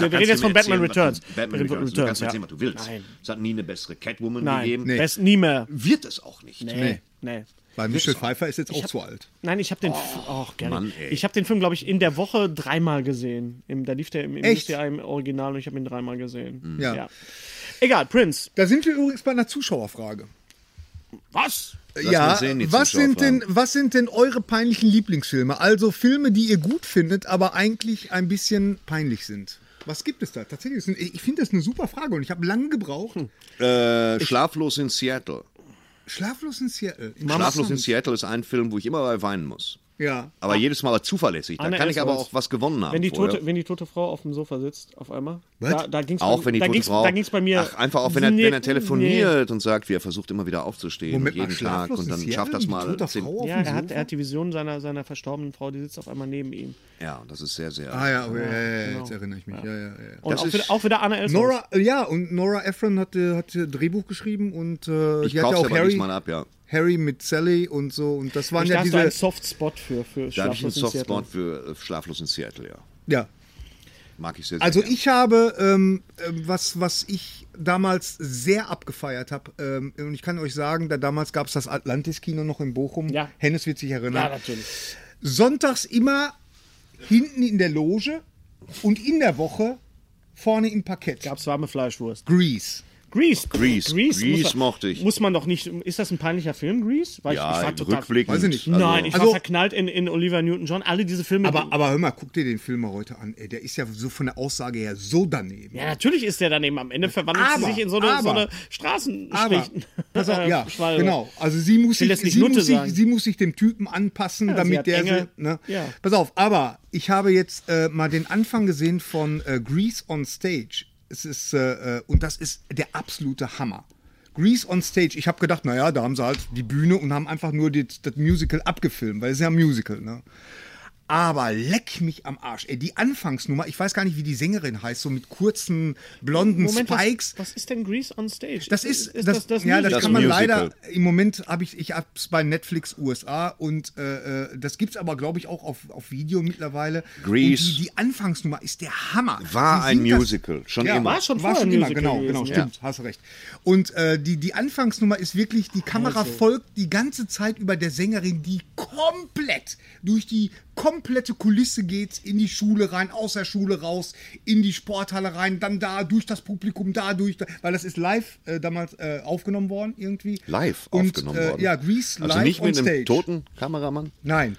wir kannst reden du jetzt mir von Batman erzählen, was- Returns. Batman Batman Returns. Du kannst mir Returns, erzählen, was du willst. ja. Nein. Es hat nie eine bessere Catwoman Nein, gegeben. das nie mehr. Wird es auch nicht. Nee, nee. Weil Michelle Pfeiffer ist jetzt auch zu alt. Nein, ich habe den, oh, oh, Mann, ey. ich habe den Film, glaube ich, in der Woche dreimal gesehen. Im, da lief der im, im Echt? UCI im Original und ich habe ihn dreimal Hm. gesehen. Ja. Egal, Prince. Da sind wir übrigens bei einer Zuschauerfrage. Was? Lass mal sehen, die was sind, Zuschauerfragen. denn, was sind denn eure peinlichen Lieblingsfilme? Also Filme, die ihr gut findet, aber eigentlich ein bisschen peinlich sind. Was gibt es da? Tatsächlich, es sind- ich finde das eine super Frage und ich habe lange gebraucht. Hm. Äh, Schlaflos in Seattle. Schlaflos in Seattle. Schlaflos in Seattle ist ein Film, wo ich immer bei weinen muss. Ja. Aber jedes Mal zuverlässig. Da Anna kann ich aber Elsworth. auch was gewonnen haben. Wenn die, vorher. tote, wenn die tote Frau auf dem Sofa sitzt, auf einmal. Was? Da, da ging's auch bei, wenn die da tote ging's, Frau. Da ging's bei mir. Ach, einfach auch wenn er, Nee, wenn er telefoniert und sagt, wie er versucht immer wieder aufzustehen. Moment und mal, jeden Tag. Schlaflos Und in dann Seattle? schafft das Mit mal. toter zehn- Frau auf Nee. Ja, dem er hat, Sofa? er hat die Vision seiner, seiner verstorbenen Frau, die sitzt auf einmal neben ihm. Ja, das ist sehr, sehr. Ah ja, oh, ja, ja, ja, Genau. jetzt erinnere ich mich. Ja, ja, ja. Und Das auch ist- wieder, auch wieder Anna Elsworth. Nora, ja, und Nora Ephron hat, äh, hat äh, Drehbuch geschrieben und äh, die ich hat ja kauf's auch aber Harry, diesmal ab, ja. Harry mit Sally und so. Und das waren ich ja dachte, ein diese. Softspot für, für Da habe ich einen Schlaflos in Seattle. Softspot für äh, Schlaflos in Seattle, ja. Ja. Mag ich sehr, sehr Also gern. ich habe ähm, ähm, was, was ich damals sehr abgefeiert habe. Ähm, und ich kann euch sagen, da damals gab es das Atlantis-Kino noch in Bochum. Ja. Hennes wird sich erinnern. Ja, natürlich. Sonntags immer hinten in der Loge und in der Woche vorne im Parkett. Gab's warme Fleischwurst. Grease. Grease. Grease. Grease muss man, mochte ich. Muss man doch nicht. Ist das ein peinlicher Film, Grease? Weil ja, ich, ich war im total. Rückblick. Weiß ich nicht. Nein, ich war Also- verknallt in, in Oliver Newton-John. Alle diese Filme. Aber, aber hör mal, guck dir den Film mal heute an. Ey, der ist ja so von der Aussage her so daneben. ja, natürlich ist der daneben. Am Ende verwandelt Aber, sie sich in so eine, so aber, eine Straßen. Aber, pass Äh, auf, ja, Schwalbe. genau. Also sie muss, sich, will jetzt nicht sie, Nutte muss sich, sagen. sie muss sich dem Typen anpassen, Ja, sie damit hat der enge- sie, ne? ja. Pass auf, aber ich habe jetzt äh, mal den Anfang gesehen von äh, Grease on Stage. Es ist, äh, äh, und das ist der absolute Hammer. Grease on Stage, ich habe gedacht, naja, da haben sie halt die Bühne und haben einfach nur die, das Musical abgefilmt, weil es ist ja ein Musical, ne? Aber leck mich am Arsch. Ey, die Anfangsnummer, ich weiß gar nicht, wie die Sängerin heißt, so mit kurzen blonden Moment, Spikes. was, was ist denn Grease on Stage? Das ist, das, ja, Musical? das Das kann man Musical. leider. Im Moment habe ich, ich hab's bei Netflix USA und äh, äh, das gibt's aber, glaube ich, auch auf, auf Video mittlerweile. Grease. Und die, die Anfangsnummer ist der Hammer. War Die ein sind das- Musical, schon immer. war schon war vorher schon ein immer, Musical genau, gewesen, genau, ja. stimmt, hast recht. Und äh, die, die Anfangsnummer ist wirklich, die Kamera Also folgt die ganze Zeit über der Sängerin, die komplett durch die komplette Kulisse geht, in die Schule rein, aus der Schule raus, in die Sporthalle rein, dann da, durch das Publikum, da, durch, da, weil das ist live äh, damals äh, aufgenommen worden irgendwie. live Und, aufgenommen äh, worden. Ja, Grease also live nicht mit on einem stage. toten Kameramann. Nein.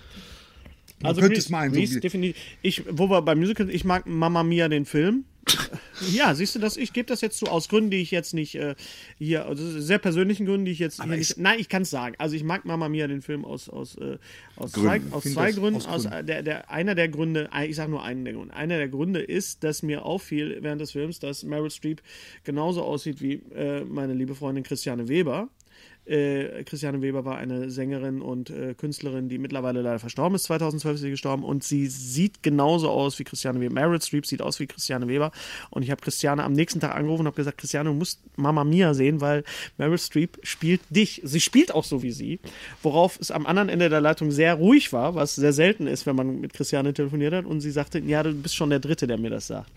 Man Also könnte Grease, es meinen, so Grease wie- definitiv. Ich, wo wir beim Musical, ich mag Mamma Mia den Film. ja, siehst du das? Ich gebe das jetzt zu aus Gründen, die ich jetzt nicht äh, hier, also sehr persönlichen Gründen, die ich jetzt hier nicht. Nein, ich kann es sagen. Also ich mag Mamma Mia den Film aus aus äh, aus zwei, aus zwei Gründen. Aus äh, der, der einer der Gründe, ein- ich sage nur einen der Gründe. Einer der Gründe ist, dass mir auffiel während des Films, dass Meryl Streep genauso aussieht wie äh, meine liebe Freundin Christiane Weber. Äh, Christiane Weber war eine Sängerin und äh, Künstlerin, die mittlerweile leider verstorben ist. 2012 ist sie gestorben und sie sieht genauso aus wie Christiane Weber. Meryl Streep sieht aus wie Christiane Weber. Und ich habe Christiane am nächsten Tag angerufen und habe gesagt: Christiane, du musst Mama Mia sehen, weil Meryl Streep spielt dich. Sie spielt auch so wie sie. Worauf es am anderen Ende der Leitung sehr ruhig war, was sehr selten ist, wenn man mit Christiane telefoniert hat. Und sie sagte: Ja, du bist schon der Dritte, der mir das sagt.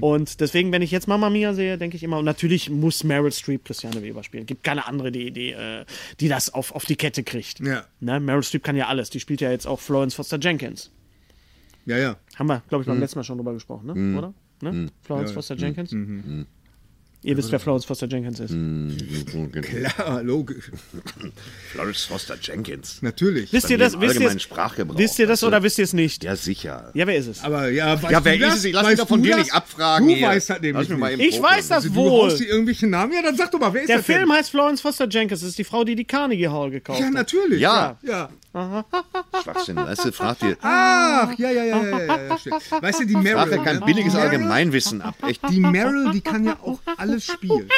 Und deswegen, wenn ich jetzt Mama Mia sehe, denke ich immer, und natürlich muss Meryl Streep Christiane Weber spielen. Gibt keine andere, die, die, äh, die das auf, auf die Kette kriegt. Ja. Ne? Meryl Streep kann ja alles. Die spielt ja jetzt auch Florence Foster Jenkins. Ja, ja. Haben wir, glaube ich, beim letzten Mal schon drüber gesprochen, ne? oder? Ne? Florence Foster Jenkins? Ihr wisst, wer Florence Foster Jenkins ist. Klar, logisch. Florence Foster Jenkins. Natürlich. Wisst ihr Bei mir das? im Wisst ihr allgemeinen es? Sprachgebrauch, Wisst ihr das weißt du? oder wisst ihr es nicht? Ja. Also Ja, sicher. wer ist es? Aber ja, weißt Ja, wer du ist das? es? Ich lass mich Weißt doch von du dir das? nicht abfragen. Du hier. weißt halt- das nämlich Lass mich mal nicht. eben ich pokern. weiß das Also, du wohl. haust dir irgendwelche Namen? Ja, dann sag doch mal, wer ist Der das Film denn? heißt Florence Foster Jenkins. Das ist die Frau, die die Carnegie-Hall gekauft Ja, hat. natürlich. Ja. ja. Schwachsinn. Weißt du, frag dir. Ach, ja, ja, ja, ja, ja, ja. stimmt. Weißt du, die Frag Meryl, dir kein ne? billiges Die Meryl- Allgemeinwissen ab. Echt. Die Meryl, die kann ja auch alles spielen.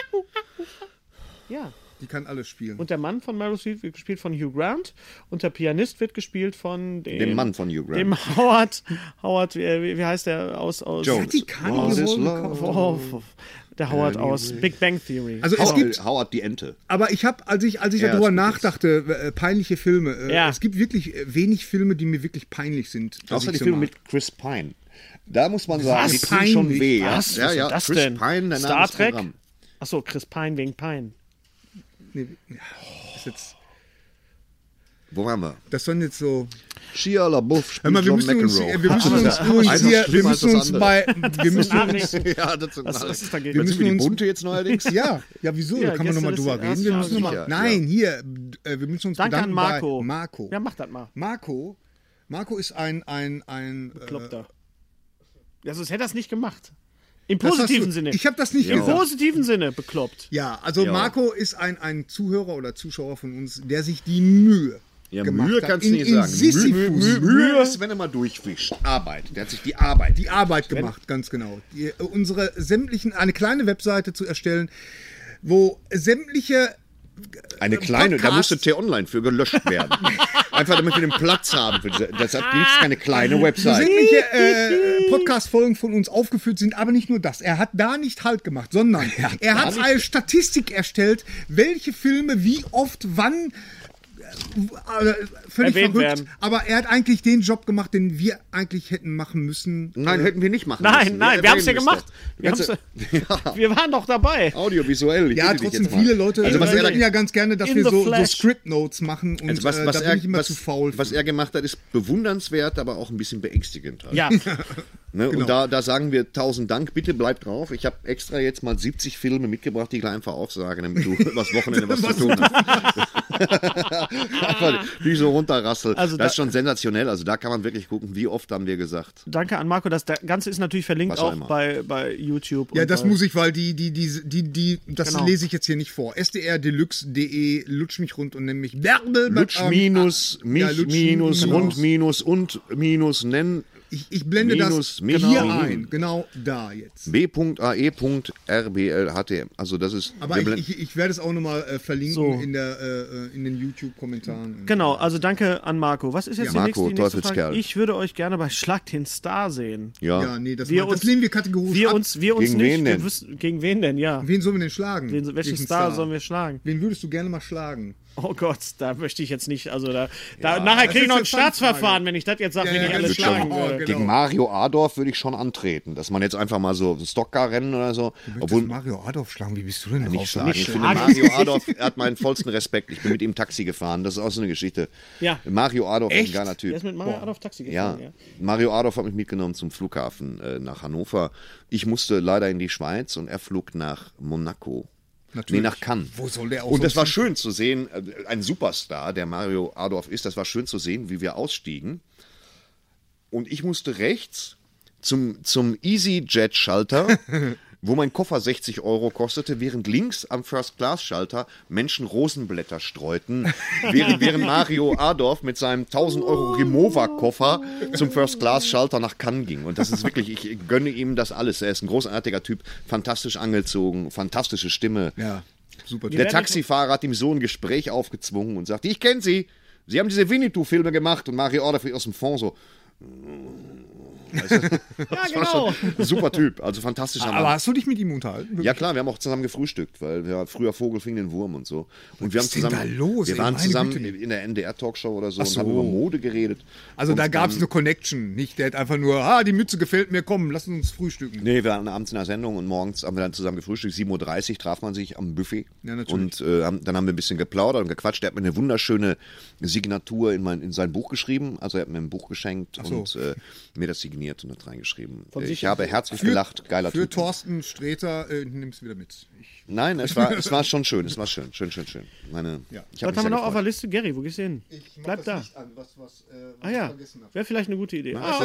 Ja. Die kann alles spielen. Und der Mann von Meryl Streep wird gespielt von Hugh Grant. Und der Pianist wird gespielt von dem, Dem Mann von Hugh Grant. Dem Howard, Howard, äh, wie, wie heißt der aus, aus Jones. Hat die Kanye Was is wohl love? gekauft? Oh, der Howard aus Big Bang Theory. also es Howard, gibt, Howard die Ente. aber ich habe, als ich, als ich Ja, darüber ist gut nachdachte, äh, peinliche Filme. Äh, Ja. Es gibt wirklich äh, wenig Filme, die mir wirklich peinlich sind. dass Außer ich die sie Filme mag. mit Chris Pine. Da muss man sagen, Was? die tun schon Peinlich? weh. Ja, Was? ja, Was ja. ist das Chris denn? Pine, der Name Star des Trek? Programms. Achso, Chris Pine wegen Pine. Ist jetzt, Wo waren wir? das waren jetzt so. Shia LaBeouf Hör spielt mal, wir John müssen uns, McEnroe. äh, wir müssen uns, Eins uns ist hier, wir schlimmer als müssen das uns andere. bei, wir müssen Ah, uns, nee. ja, das sind, Was- was ist dagegen? wir Wir müssen wir die müssen uns- bunte jetzt neuerdings? Ja, ja, wieso? Ja, da kann man nochmal gestern drüber ist der reden. Wir erste müssen noch mal, Jahr, nein, hier, äh, wir müssen uns Danke an bedanken Marco. Bei Marco. Ja, mach das mal. Marco. Marco ist ein, ein, ein. Kloppt äh, da. Ja, sonst hätte er es nicht gemacht. Im das hast positiven du, Sinne. Ich habe das nicht Im gesagt. positiven Sinne bekloppt. Ja, also Marco ist ein, ein Zuhörer oder Zuschauer von uns, der sich die Mühe. Ja, gemacht Mühe hat. kannst du in, nicht in sagen. Sisyphus. Mühe, Mühe, Mühe ist, wenn er mal durchwischt. Arbeit. Der hat sich die Arbeit. die Arbeit gemacht, ganz genau. Die, äh, unsere sämtlichen, eine kleine Webseite zu erstellen, wo sämtliche Eine kleine, da Podcasts. musste T-Online für gelöscht werden. Einfach damit wir den Platz haben. Für diese, deshalb gibt es keine kleine Website. sämtliche äh, Podcast-Folgen von uns aufgeführt sind, aber nicht nur das. Er hat da nicht Halt gemacht, sondern er da hat nicht- eine Statistik erstellt, welche Filme wie oft, wann. äh, äh, Völlig Erwähnt verrückt, werden. aber er hat eigentlich den Job gemacht, den wir eigentlich hätten machen müssen. Nein, hätten wir nicht machen Nein, müssen. nein, wir haben's ja erwähnen gemacht. müssen. Wir Du kannst- ja, Wir waren doch dabei. audiovisuell. ich Ja, bitte dich trotzdem jetzt mal. viele Leute Also, was äh, er da möchten ja ganz gerne, dass In wir the so, so flash. Script-Notes machen und Also was, äh, was, da er, bin ich immer was, zu faul. was für. er gemacht hat, ist bewundernswert, aber auch ein bisschen beängstigend. Halt. Ja, Ne? Genau. Und da, da sagen wir tausend Dank, bitte bleibt drauf. Ich habe extra jetzt mal 70 Filme mitgebracht, die ich gleich einfach aufsage, damit du übers Wochenende was zu tun hast. einfach nicht so runterrasseln. Also Also da- das ist schon sensationell. Also da kann man wirklich gucken, wie oft haben wir gesagt. danke an Marco. Das das Ganze ist natürlich verlinkt Was auch auch immer. bei, bei YouTube. Ja, und das äh, bei, muss ich, weil die, die, die, die, die das Genau. lese ich jetzt hier nicht vor. sdrdeluxe.de, E, lutsch mich rund und nenn mich Bärbel. Lutsch minus, mich ähm, ah, Ja, lutsch genau. minus, minus. rund minus und minus nennen Ich, ich blende Minus, das mich, hier genau. ein, genau da jetzt. E b.ae.rblhtm. Also das ist. Aber wir ich, blenden- ich, ich werde es auch nochmal äh, verlinken So. in, der, äh, äh, in den YouTube-Kommentaren. Genau, also danke an Marco. Was ist jetzt die, Marco, nächste, die nächste Teufelskerl. Frage? Ich würde euch gerne bei Schlag den Star sehen. ja. Ja, nee, das, Wir machen- das uns- lehnen wir kategorisch Wir ab. uns, wir uns Gegen nicht. wen Wir denn? wüssten, gegen wen denn, ja. Wen sollen wir denn schlagen? Wen, welchen Star, sollen wir schlagen? Wen würdest du gerne mal schlagen? Oh Gott, da möchte ich jetzt nicht, also da, da nachher ist kriege ich noch eine ein Staatsverfahren, Fangfrage. wenn ich das jetzt sage, Ja, wenn ja, ich ja, alle das schlagen stimmt. würde. Genau. Gegen Mario Adorf würde ich schon antreten, dass man jetzt einfach mal so Stocker-Rennen oder so. Obwohl, Mario Adolf schlagen, wie bist du denn Nicht schlagen. Ich finde, schlagen. Mario Adorf hat meinen vollsten Respekt. Ich bin mit ihm Taxi gefahren. Das ist auch so eine Geschichte. Ja. Mario Adorf ist ein geiler Der Typ. ist mit Mario Adolf Taxi Ja. gefahren, ja. Mario Adorf hat mich mitgenommen zum Flughafen äh, nach Hannover. Ich musste leider in die Schweiz und er flog nach Monaco. Natürlich. Nee, nach Cannes. Wo soll der auch Und das sonst war schön zu sehen, äh, ein Superstar, der Mario Adorf ist, das war schön zu sehen, wie wir ausstiegen. Und ich musste rechts zum, zum EasyJet-Schalter, wo mein Koffer 60 Euro kostete, während links am First-Class-Schalter Menschen Rosenblätter streuten, während, während Mario Adorf mit seinem 1000 Euro Oh. Remover-Koffer zum First-Class-Schalter nach Cannes ging. Und das ist wirklich, ich gönne ihm das alles. Er ist ein großartiger Typ, fantastisch angezogen, fantastische Stimme. Ja, super. Der Taxifahrer hat ihm so ein Gespräch aufgezwungen und sagte, ich kenne Sie. Sie haben diese Winnetou-Filme gemacht und Mario Adolf aus dem Fond so. mm, Ja, genau. Super Typ, also fantastischer Aber Mann. hast du dich mit ihm unterhalten? Ja klar, wir haben auch zusammen gefrühstückt, weil ja, früher Vogel fing den Wurm und so. Und wir haben ist denn zusammen, da los, wir ey? waren Meine zusammen Güte. in der NDR-Talkshow oder so, Ach so. und haben über Mode geredet. Also und da gab es eine Connection, nicht? Der hat einfach nur, ah, die Mütze gefällt mir, komm, lass uns frühstücken. Nee, wir waren abends in der Sendung und morgens haben wir dann zusammen gefrühstückt. 7.30 Uhr traf man sich am Buffet. Ja, natürlich. Und äh, haben, dann haben wir ein bisschen geplaudert und gequatscht. Er hat mir eine wunderschöne Signatur in, mein, in sein Buch geschrieben. Also er hat mir ein Buch geschenkt so. und äh, mir das signiert und hat reingeschrieben. Äh, sich? Ich habe herzlich gelacht. Geiler Für Typ. Thorsten Sträter, äh, nimm's wieder mit. Ich, Nein, es war, es war schon schön. Es war schön, schön, schön, schön. Meine, Ja. Was ich hab mich haben wir sehr noch auf der gefreut. Liste? Gary, wo gehst du hin? Bleib da. Ah ja, wäre vielleicht eine gute Idee. Ah,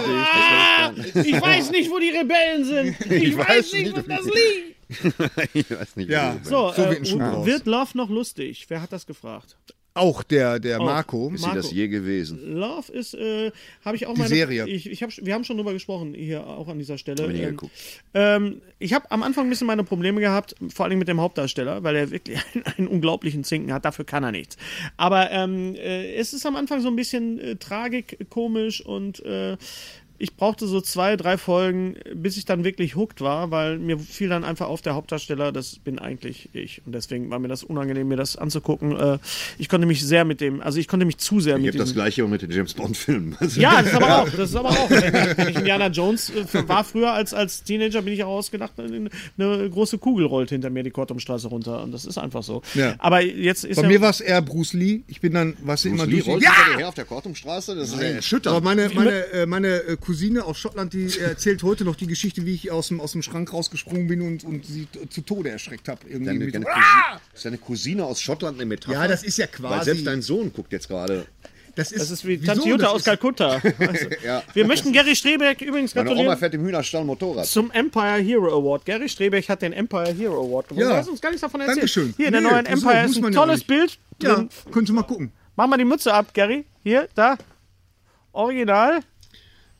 ich weiß nicht, wo die Rebellen sind. Ich, weiß, nicht, wo das liegt. Ich weiß nicht. Ja. wie- So, So äh, wird ein Schuh draus. wird Love noch lustig? Wer hat das gefragt? Auch der, der Marco. Ist sie das je gewesen? Love ist, äh, habe ich auch Die meine. Serie. Ich, ich hab, wir haben schon drüber gesprochen, hier auch an dieser Stelle. Hab ich nie ähm, geguckt. ähm, ich habe am Anfang ein bisschen meine Probleme gehabt, vor allem mit dem Hauptdarsteller, weil er wirklich einen, einen unglaublichen Zinken hat. Dafür kann er nichts. Aber ähm, äh, es ist am Anfang so ein bisschen äh, tragik, komisch und äh, ich brauchte so zwei, drei Folgen, bis ich dann wirklich hooked war, weil mir fiel dann einfach auf der Hauptdarsteller, das bin eigentlich ich. Und deswegen war mir das unangenehm, mir das anzugucken. Äh, ich konnte mich sehr mit dem, also ich konnte mich zu sehr Ich mit habe diesem das gleiche auch mit den James Bond-Filmen. Also, ja, das ist aber auch. Das ist aber auch. Wenn ich Indiana Jones äh, war früher als, als Teenager, bin ich auch ausgedacht, eine, eine große Kugel rollt hinter mir die Kortumstraße runter. Und das ist einfach so. Ja. Aber jetzt ist Bei ja. mir war es eher Bruce Lee. Ich bin dann, was immer Bruce durch. Lee rollt Ja! hinter dir her auf der Kortumstraße, das ist ja erschütternd. Aber meine, meine, äh, meine äh, Cousine aus Schottland, die erzählt heute noch die Geschichte, wie ich aus dem, aus dem Schrank rausgesprungen bin und, und sie t- zu Tode erschreckt habe. Irgendwie Deine, mit deine so, "Ah!" Cousine, ist deine Cousine aus Schottland eine Metapher? Ja, das ist ja quasi- Weil selbst dein Sohn guckt jetzt gerade. das, ist, das ist wie wieso? Tante Jutta Das aus ist- Kalkutta. Also, Wir möchten Gary Strebeck übrigens Meine Oma gratulieren fährt im Hühnerstall Motorrad. zum Empire Hero Award. Gary Strebeck hat den Empire Hero Award gewonnen. Ja. Du hast uns gar nichts davon erzählt. Dankeschön. Hier, in der Nee, neuen wieso? Empire Muss ist ein man ja tolles nicht. Bild. Ja, Drin. könnt ihr mal gucken. Mach mal die Mütze ab, Gary. Hier, da. Original.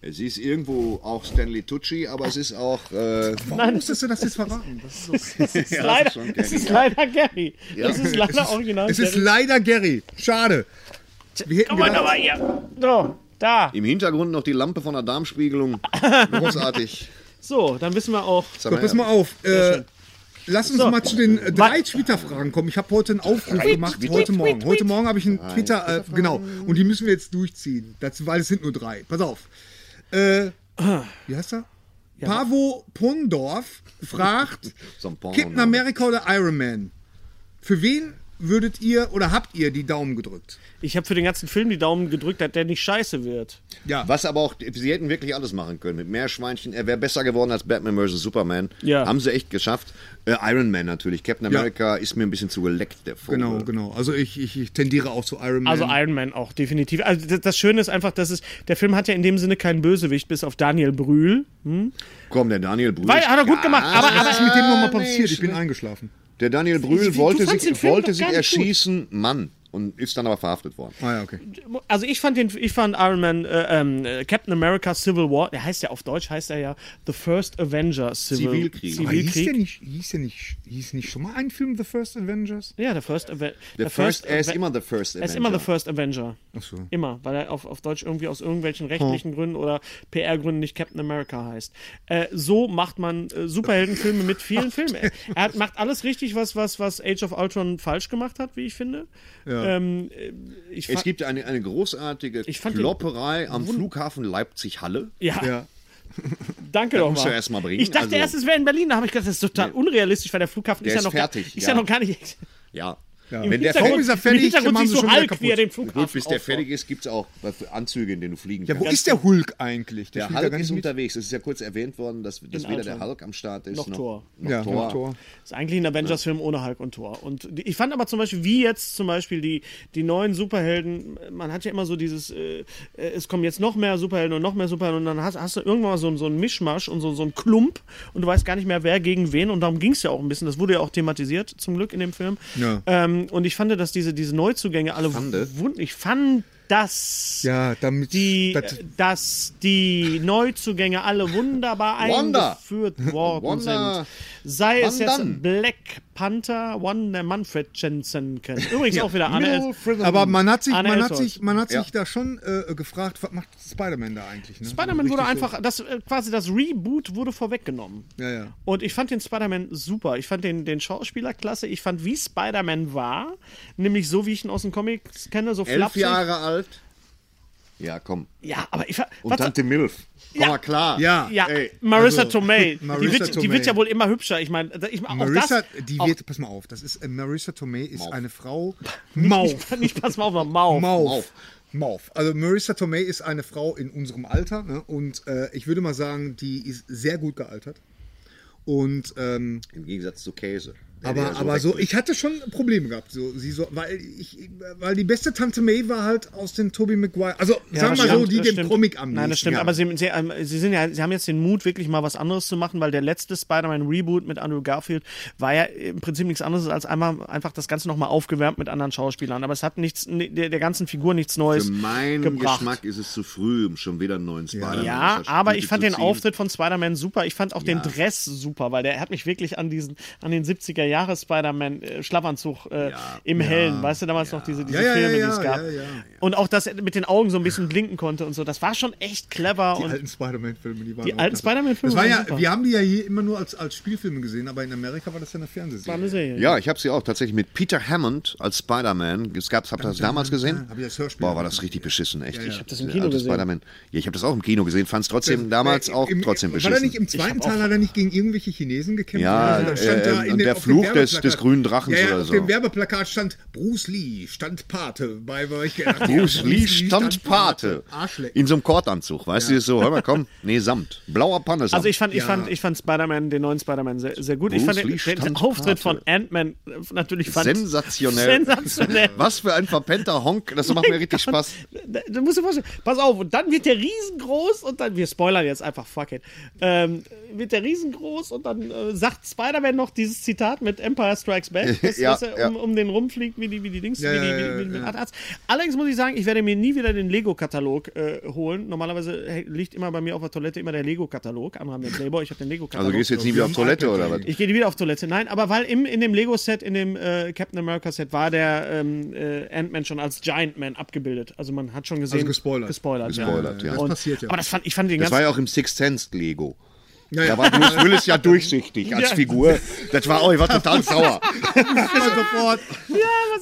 Es ist irgendwo auch Stanley Tucci, aber es ist auch. Äh, Warum musstest du das jetzt verraten? Das ist so, Es ist, leider, schon es Gary, ist leider Gary. Es ist leider original. es ist Gary. leider Gary. Schade. Wir hätten Guck mal, gedacht, da war ihr. So, da. Im Hintergrund noch die Lampe von der Darmspiegelung. Großartig. So, dann wissen wir auch. Sag So, pass mal auf. Äh, lass uns So. mal zu den äh, drei Twitter-Fragen kommen. Ich habe heute einen Aufruf gemacht, Twitter- heute Morgen. Heute Morgen habe ich einen Twitter, äh, genau. Und die müssen wir jetzt durchziehen, das, weil es sind nur drei. Pass auf. Äh, wie heißt er? Pavo Pondorf fragt, So ein Porno- Captain America oder Iron Man? Für wen würdet ihr oder habt ihr die Daumen gedrückt? Ich habe für den ganzen Film die Daumen gedrückt, dass der nicht scheiße wird. Ja. Was aber auch, sie hätten wirklich alles machen können. Mit Meerschweinchen, er wäre besser geworden als Batman vs. Superman. Ja. Haben sie echt geschafft. Äh, Iron Man natürlich. Captain America ist mir ein bisschen zu geleckt, der Vogel. Genau, genau. Also ich, ich, ich tendiere auch zu Iron Man. Also Iron Man auch, definitiv. Also das- das Schöne ist einfach, dass es, der Film hat ja in dem Sinne keinen Bösewicht, bis auf Daniel Brühl. Komm, der Daniel Brühl. Weil, hat er gut gemacht, aber, Was aber ist mit dem nochmal passiert? Ich bin eingeschlafen. Der Daniel Brühl wie- du wollte fandst den sich, Film wollte doch sich gar nicht gut. erschießen, Mann. Und ist dann aber verhaftet worden. Ah ja, okay. also ich fand den, ich fand Iron Man, äh, ähm, äh, Captain America Civil War, der heißt ja auf Deutsch, heißt er ja The First Avenger Civil, Zivilkrieg. Aber Oh, hieß der, Zivilkrieg. nicht, hieß, der nicht, hieß nicht schon mal ein Film The First Avengers? Ja, The First Avenger. The first, er ist immer The First Er Avenger. ist immer The First Avenger. so. Immer, weil er auf, auf Deutsch irgendwie aus irgendwelchen rechtlichen Gründen oder PR-Gründen nicht Captain America heißt. Äh, so macht man äh, Superheldenfilme mit vielen Filmen. Er, er hat, macht alles richtig, was, was, was Age of Ultron falsch gemacht hat, wie ich finde. Ähm, äh, ich fa- Es gibt eine, eine großartige Ich fand den- Klopperei am Flughafen Leipzig-Halle. ja, Ja. danke doch muss mal. er erst mal bringen, ich dachte also- erst, es wäre in Berlin, da habe ich gedacht, das ist total unrealistisch, weil der Flughafen ist ja ist noch fertig, gar, ist ja. ja noch gar nicht. Ja. Ja. Wenn der Hintergrund- Film ist ja im fertig, Hintergrund machen siehst sie du schon wieder Hulk, wie er kaputt. den Gut, Flughafen bis der aufbaut. fertig ist, gibt es auch Anzüge, in denen du fliegen Ja, wo kannst. ist der Hulk eigentlich? der spielt Hulk gar ist nicht mit. unterwegs. Es ist ja kurz erwähnt worden, dass, dass In weder der Alton. Hulk am Start ist, Noch Thor. noch Ja, Thor. Tor. Tor. Ist eigentlich ein Avengers-Film ohne Hulk und Thor. Und die- ich fand aber zum Beispiel, wie jetzt zum Beispiel die, die neuen Superhelden, man hat ja immer so dieses, äh, äh, es kommen jetzt noch mehr Superhelden und noch mehr Superhelden und dann hast, hast du irgendwann mal so, ein- so einen Mischmasch und so, so einen Klump und du weißt gar nicht mehr, wer gegen wen und darum ging es ja auch ein bisschen. Das wurde ja auch thematisiert, zum Glück in dem Film. Ja. Ähm, und ich fand, dass diese, diese Neuzugänge alle Fande? wund. Ich fand das. Ja, damit. Die, äh, das, dass die Neuzugänge alle wunderbar Wanda. eingeführt worden Wanda. sind. Sei es Van jetzt Damme. Black Panther, Wanda Manfred Jensen kennt. Übrigens auch wieder Anne. aber man hat sich, Arne man hat Elsold. sich, man hat sich Ja. da schon äh, gefragt, was macht Spider-Man da eigentlich? Ne? Spider-Man Richtig wurde so. einfach, das, äh, quasi das Reboot wurde vorweggenommen. Ja, ja. Und ich fand den Spider-Man super. Ich fand den, den Schauspieler klasse. Ich fand, wie Spider-Man war, nämlich so, wie ich ihn aus den Comics kenne, so Elf flapsig. Jahre alt. Ja, komm. Ja, aber ich fand. Und was- Tante Milf. Ja. Aber klar. Ja. Ja, Ey, Marissa also, Tomei. die, Marissa wird, Tomei. die wird ja wohl immer hübscher. Ich meine, da- ich, auch Marissa, das, die auch, wird, pass mal auf, das ist äh, Marissa Tomei ist Mauf. eine Frau. Mauf. Nicht, nicht pass mal auf, Mau. Mauf. Mauf. Also Marissa Tomei ist eine Frau in unserem Alter ne? und äh, ich würde mal sagen, die ist sehr gut gealtert. Und ähm, Im Gegensatz zu Käse. aber der so aber so, weg- ich hatte schon Probleme gehabt, so, sie so, weil ich, weil die beste Tante May war halt aus den Tobey Maguire, also sagen wir mal so, die das dem stimmt. Comic am nächsten. Nein, das stimmt, ja. aber sie, sie, ähm, sie, sind ja, sie haben jetzt den Mut, wirklich mal was anderes zu machen, weil der letzte Spider-Man-Reboot mit Andrew Garfield war ja im Prinzip nichts anderes als einmal einfach das Ganze nochmal aufgewärmt mit anderen Schauspielern. Aber es hat nichts, ne- der, der ganzen Figur nichts Neues Für meinen gebracht. Geschmack ist es zu früh, um schon wieder einen neuen Ähm, Spider-Man aus Ja, der aber Tüte ich fand zu den ziehen. Auftritt von Spider-Man super. Ich fand auch den Ja. Dress super, weil der hat mich wirklich an diesen, an den 70er Jahre Spider-Man äh, Schlafanzug äh, Ja. im Hellen, weißt du, damals noch diese, diese Ja, ja, Filme, ja, die es ja, gab. ja, ja. Und auch, dass er mit den Augen so ein bisschen blinken konnte und so. Das war schon echt clever Die und alten Spider-Man-Filme, die waren Die auch alten klasse. Das Spider-Man-Filme war waren ja, super. wir haben die ja hier immer nur als, als Spielfilme gesehen, aber in Amerika war das ja eine war Fernsehserie. eine Serie. Ja, ich habe sie auch tatsächlich mit Peter Hammond als Spider-Man. Es gab, habt ihr das damals gesehen? Hab ich das Hörspiel Boah, war gemacht. das richtig beschissen, echt. Ich hab das im Kino alte gesehen. Äh, Spider-Man. Ja, ich habe das auch im Kino gesehen, fand es trotzdem damals auch Äh, Im- trotzdem War er nicht beschissen. im zweiten Teil, hat er nicht gegen irgendwelche Chinesen gekämpft? Ja, Also, äh, äh, und der auf dem Fluch des- Werbeplakat- des grünen Drachens ja, ja, oder auf so. dem Werbeplakat stand Bruce Lee, stand Pate. Bei, bei ich gedacht, Bruce Lee stand Pate. Arschlecken. In so einem Kordanzug, weißt du, ist so, hör mal, komm, nee, Samt. Blauer Panne, Samt. Also ich fand, ich Ja. fand, ich fand Spider-Man, den neuen Spider-Man sehr, sehr gut. ich Bruce fand den, Lee den stand Auftritt Pate. von Ant-Man äh, natürlich fand Sensationell. Sensationell. Was für ein verpennter Honk, das macht mir richtig Spaß. Da- Du musst dir vorstellen, pass auf, und dann wird der riesengroß und dann, wir spoilern jetzt einfach, fuck it, ähm, wird der riesengroß und dann äh, sagt Spider-Man noch dieses Zitat mit Empire Strikes Back, dass, Ja, dass er ja. um, um den rumfliegt, wie die, wie die Dings, Ja, wie die, ja, ja, wie die, wie die ja. Atatz. Allerdings muss ich sagen, ich werde mir nie wieder den Lego-Katalog äh, holen. Normalerweise hä- liegt immer bei mir auf der Toilette immer der Lego-Katalog. Andere haben den Playboy, ich habe den Lego-Katalog. Also gehst du jetzt nie wieder auf Toilette oder was? Ich gehe wieder auf Toilette. Nein, aber weil im, in dem Lego-Set, in dem äh, Captain America-Set, war der ähm, äh, Ant-Man schon als Giant Man abgebildet. Also man hat schon gesehen. Also gespoilert. Gespoilert, Gespoilert, ja. ja. Das Und, passiert ja. Aber das fand, ich fand den Das war ganzen. ja auch im Sixth Sense Lego. Ja, ja. Da war Bruce Willis ja durchsichtig als Ja. Figur. Das war, oh, ich war total sauer. Immer sofort.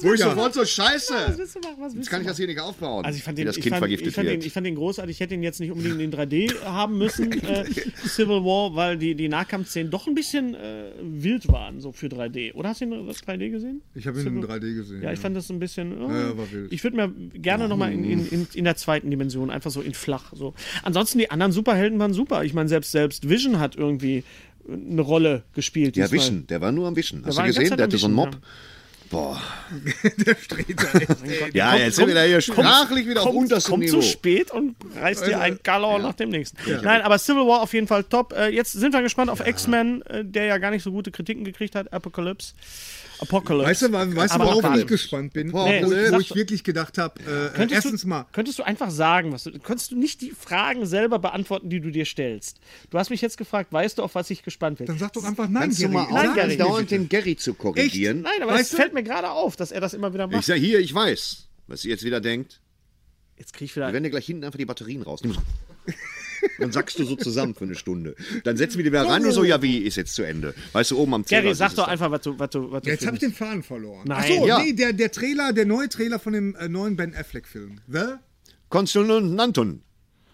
Wo ich Ja. sofort so, scheiße, Willst du machen? Was willst jetzt kann du ich das hier nicht aufbauen. Also ich fand wie den, das ich Kind fand, vergiftet ich fand wird. Den, ich fand den großartig. Ich hätte ihn jetzt nicht unbedingt in 3D haben müssen, äh, Civil War, weil die, die Nahkampfszenen doch ein bisschen äh, wild waren, so für 3d. Oder hast du ihn in 3D gesehen? Ich habe ihn in 3D gesehen. Ja, ich fand das ein bisschen. äh, Ja, war wild. Ich würde mir gerne nochmal in, in, in, in der zweiten Dimension, einfach so in flach. So. Ansonsten, die anderen Superhelden waren super. Ich meine, selbst, selbst Vision hat irgendwie eine Rolle gespielt. Ja, diesmal. Wischen, der war nur am Wischen. Hast war du die ganze Zeit gesehen? Der am hatte so einen Wischen, Mob. Boah. Oh Streter, Ja, jetzt sind wir da hier sprachlich wieder auf kommt, unterstem kommt zu Niveau. Äh, spät und reißt dir einen Galor nach dem nächsten. Nein, aber Civil War auf jeden Fall top. Äh, jetzt sind wir gespannt auf X-Men, äh, der ja gar nicht so gute Kritiken gekriegt hat. Apocalypse. Apocalypse. Weißt du, wa- weißt du Aber worauf ich Apocalypse. gespannt bin? Nee, wo, wo sag- ich wirklich gedacht habe, äh, Könntest erstens du, mal, Könntest du einfach sagen, was du. Könntest du nicht die Fragen selber beantworten, die du dir stellst? Du hast mich jetzt gefragt, weißt du, auf was ich gespannt bin? dann sag doch einfach nein, Kannst du Gary. mal Nein, aufhören, Gary. dauernd den Gary zu korrigieren? Nein, aber Weißt es du- fällt mir gerade auf, dass er das immer wieder Ich macht. sag hier, ich weiß, was ihr jetzt wieder denkt. Jetzt krieg ich Wir wieder. werden dir gleich hinten einfach die Batterien rausnehmen. Dann sackst du so zusammen für eine Stunde. Dann setzen wir die wieder rein und so, ja, wie, ist jetzt zu Ende. Weißt du, oben am Zähler. Gary, ist sag es doch dann. einfach, was du, was du, was du Ja, jetzt habe ich findest. den Faden verloren. Nein. Ach so, Ja. nee, der, der Trailer, der neue Trailer von dem äh, neuen Ben Affleck-Film. The? Konstantin Nanton.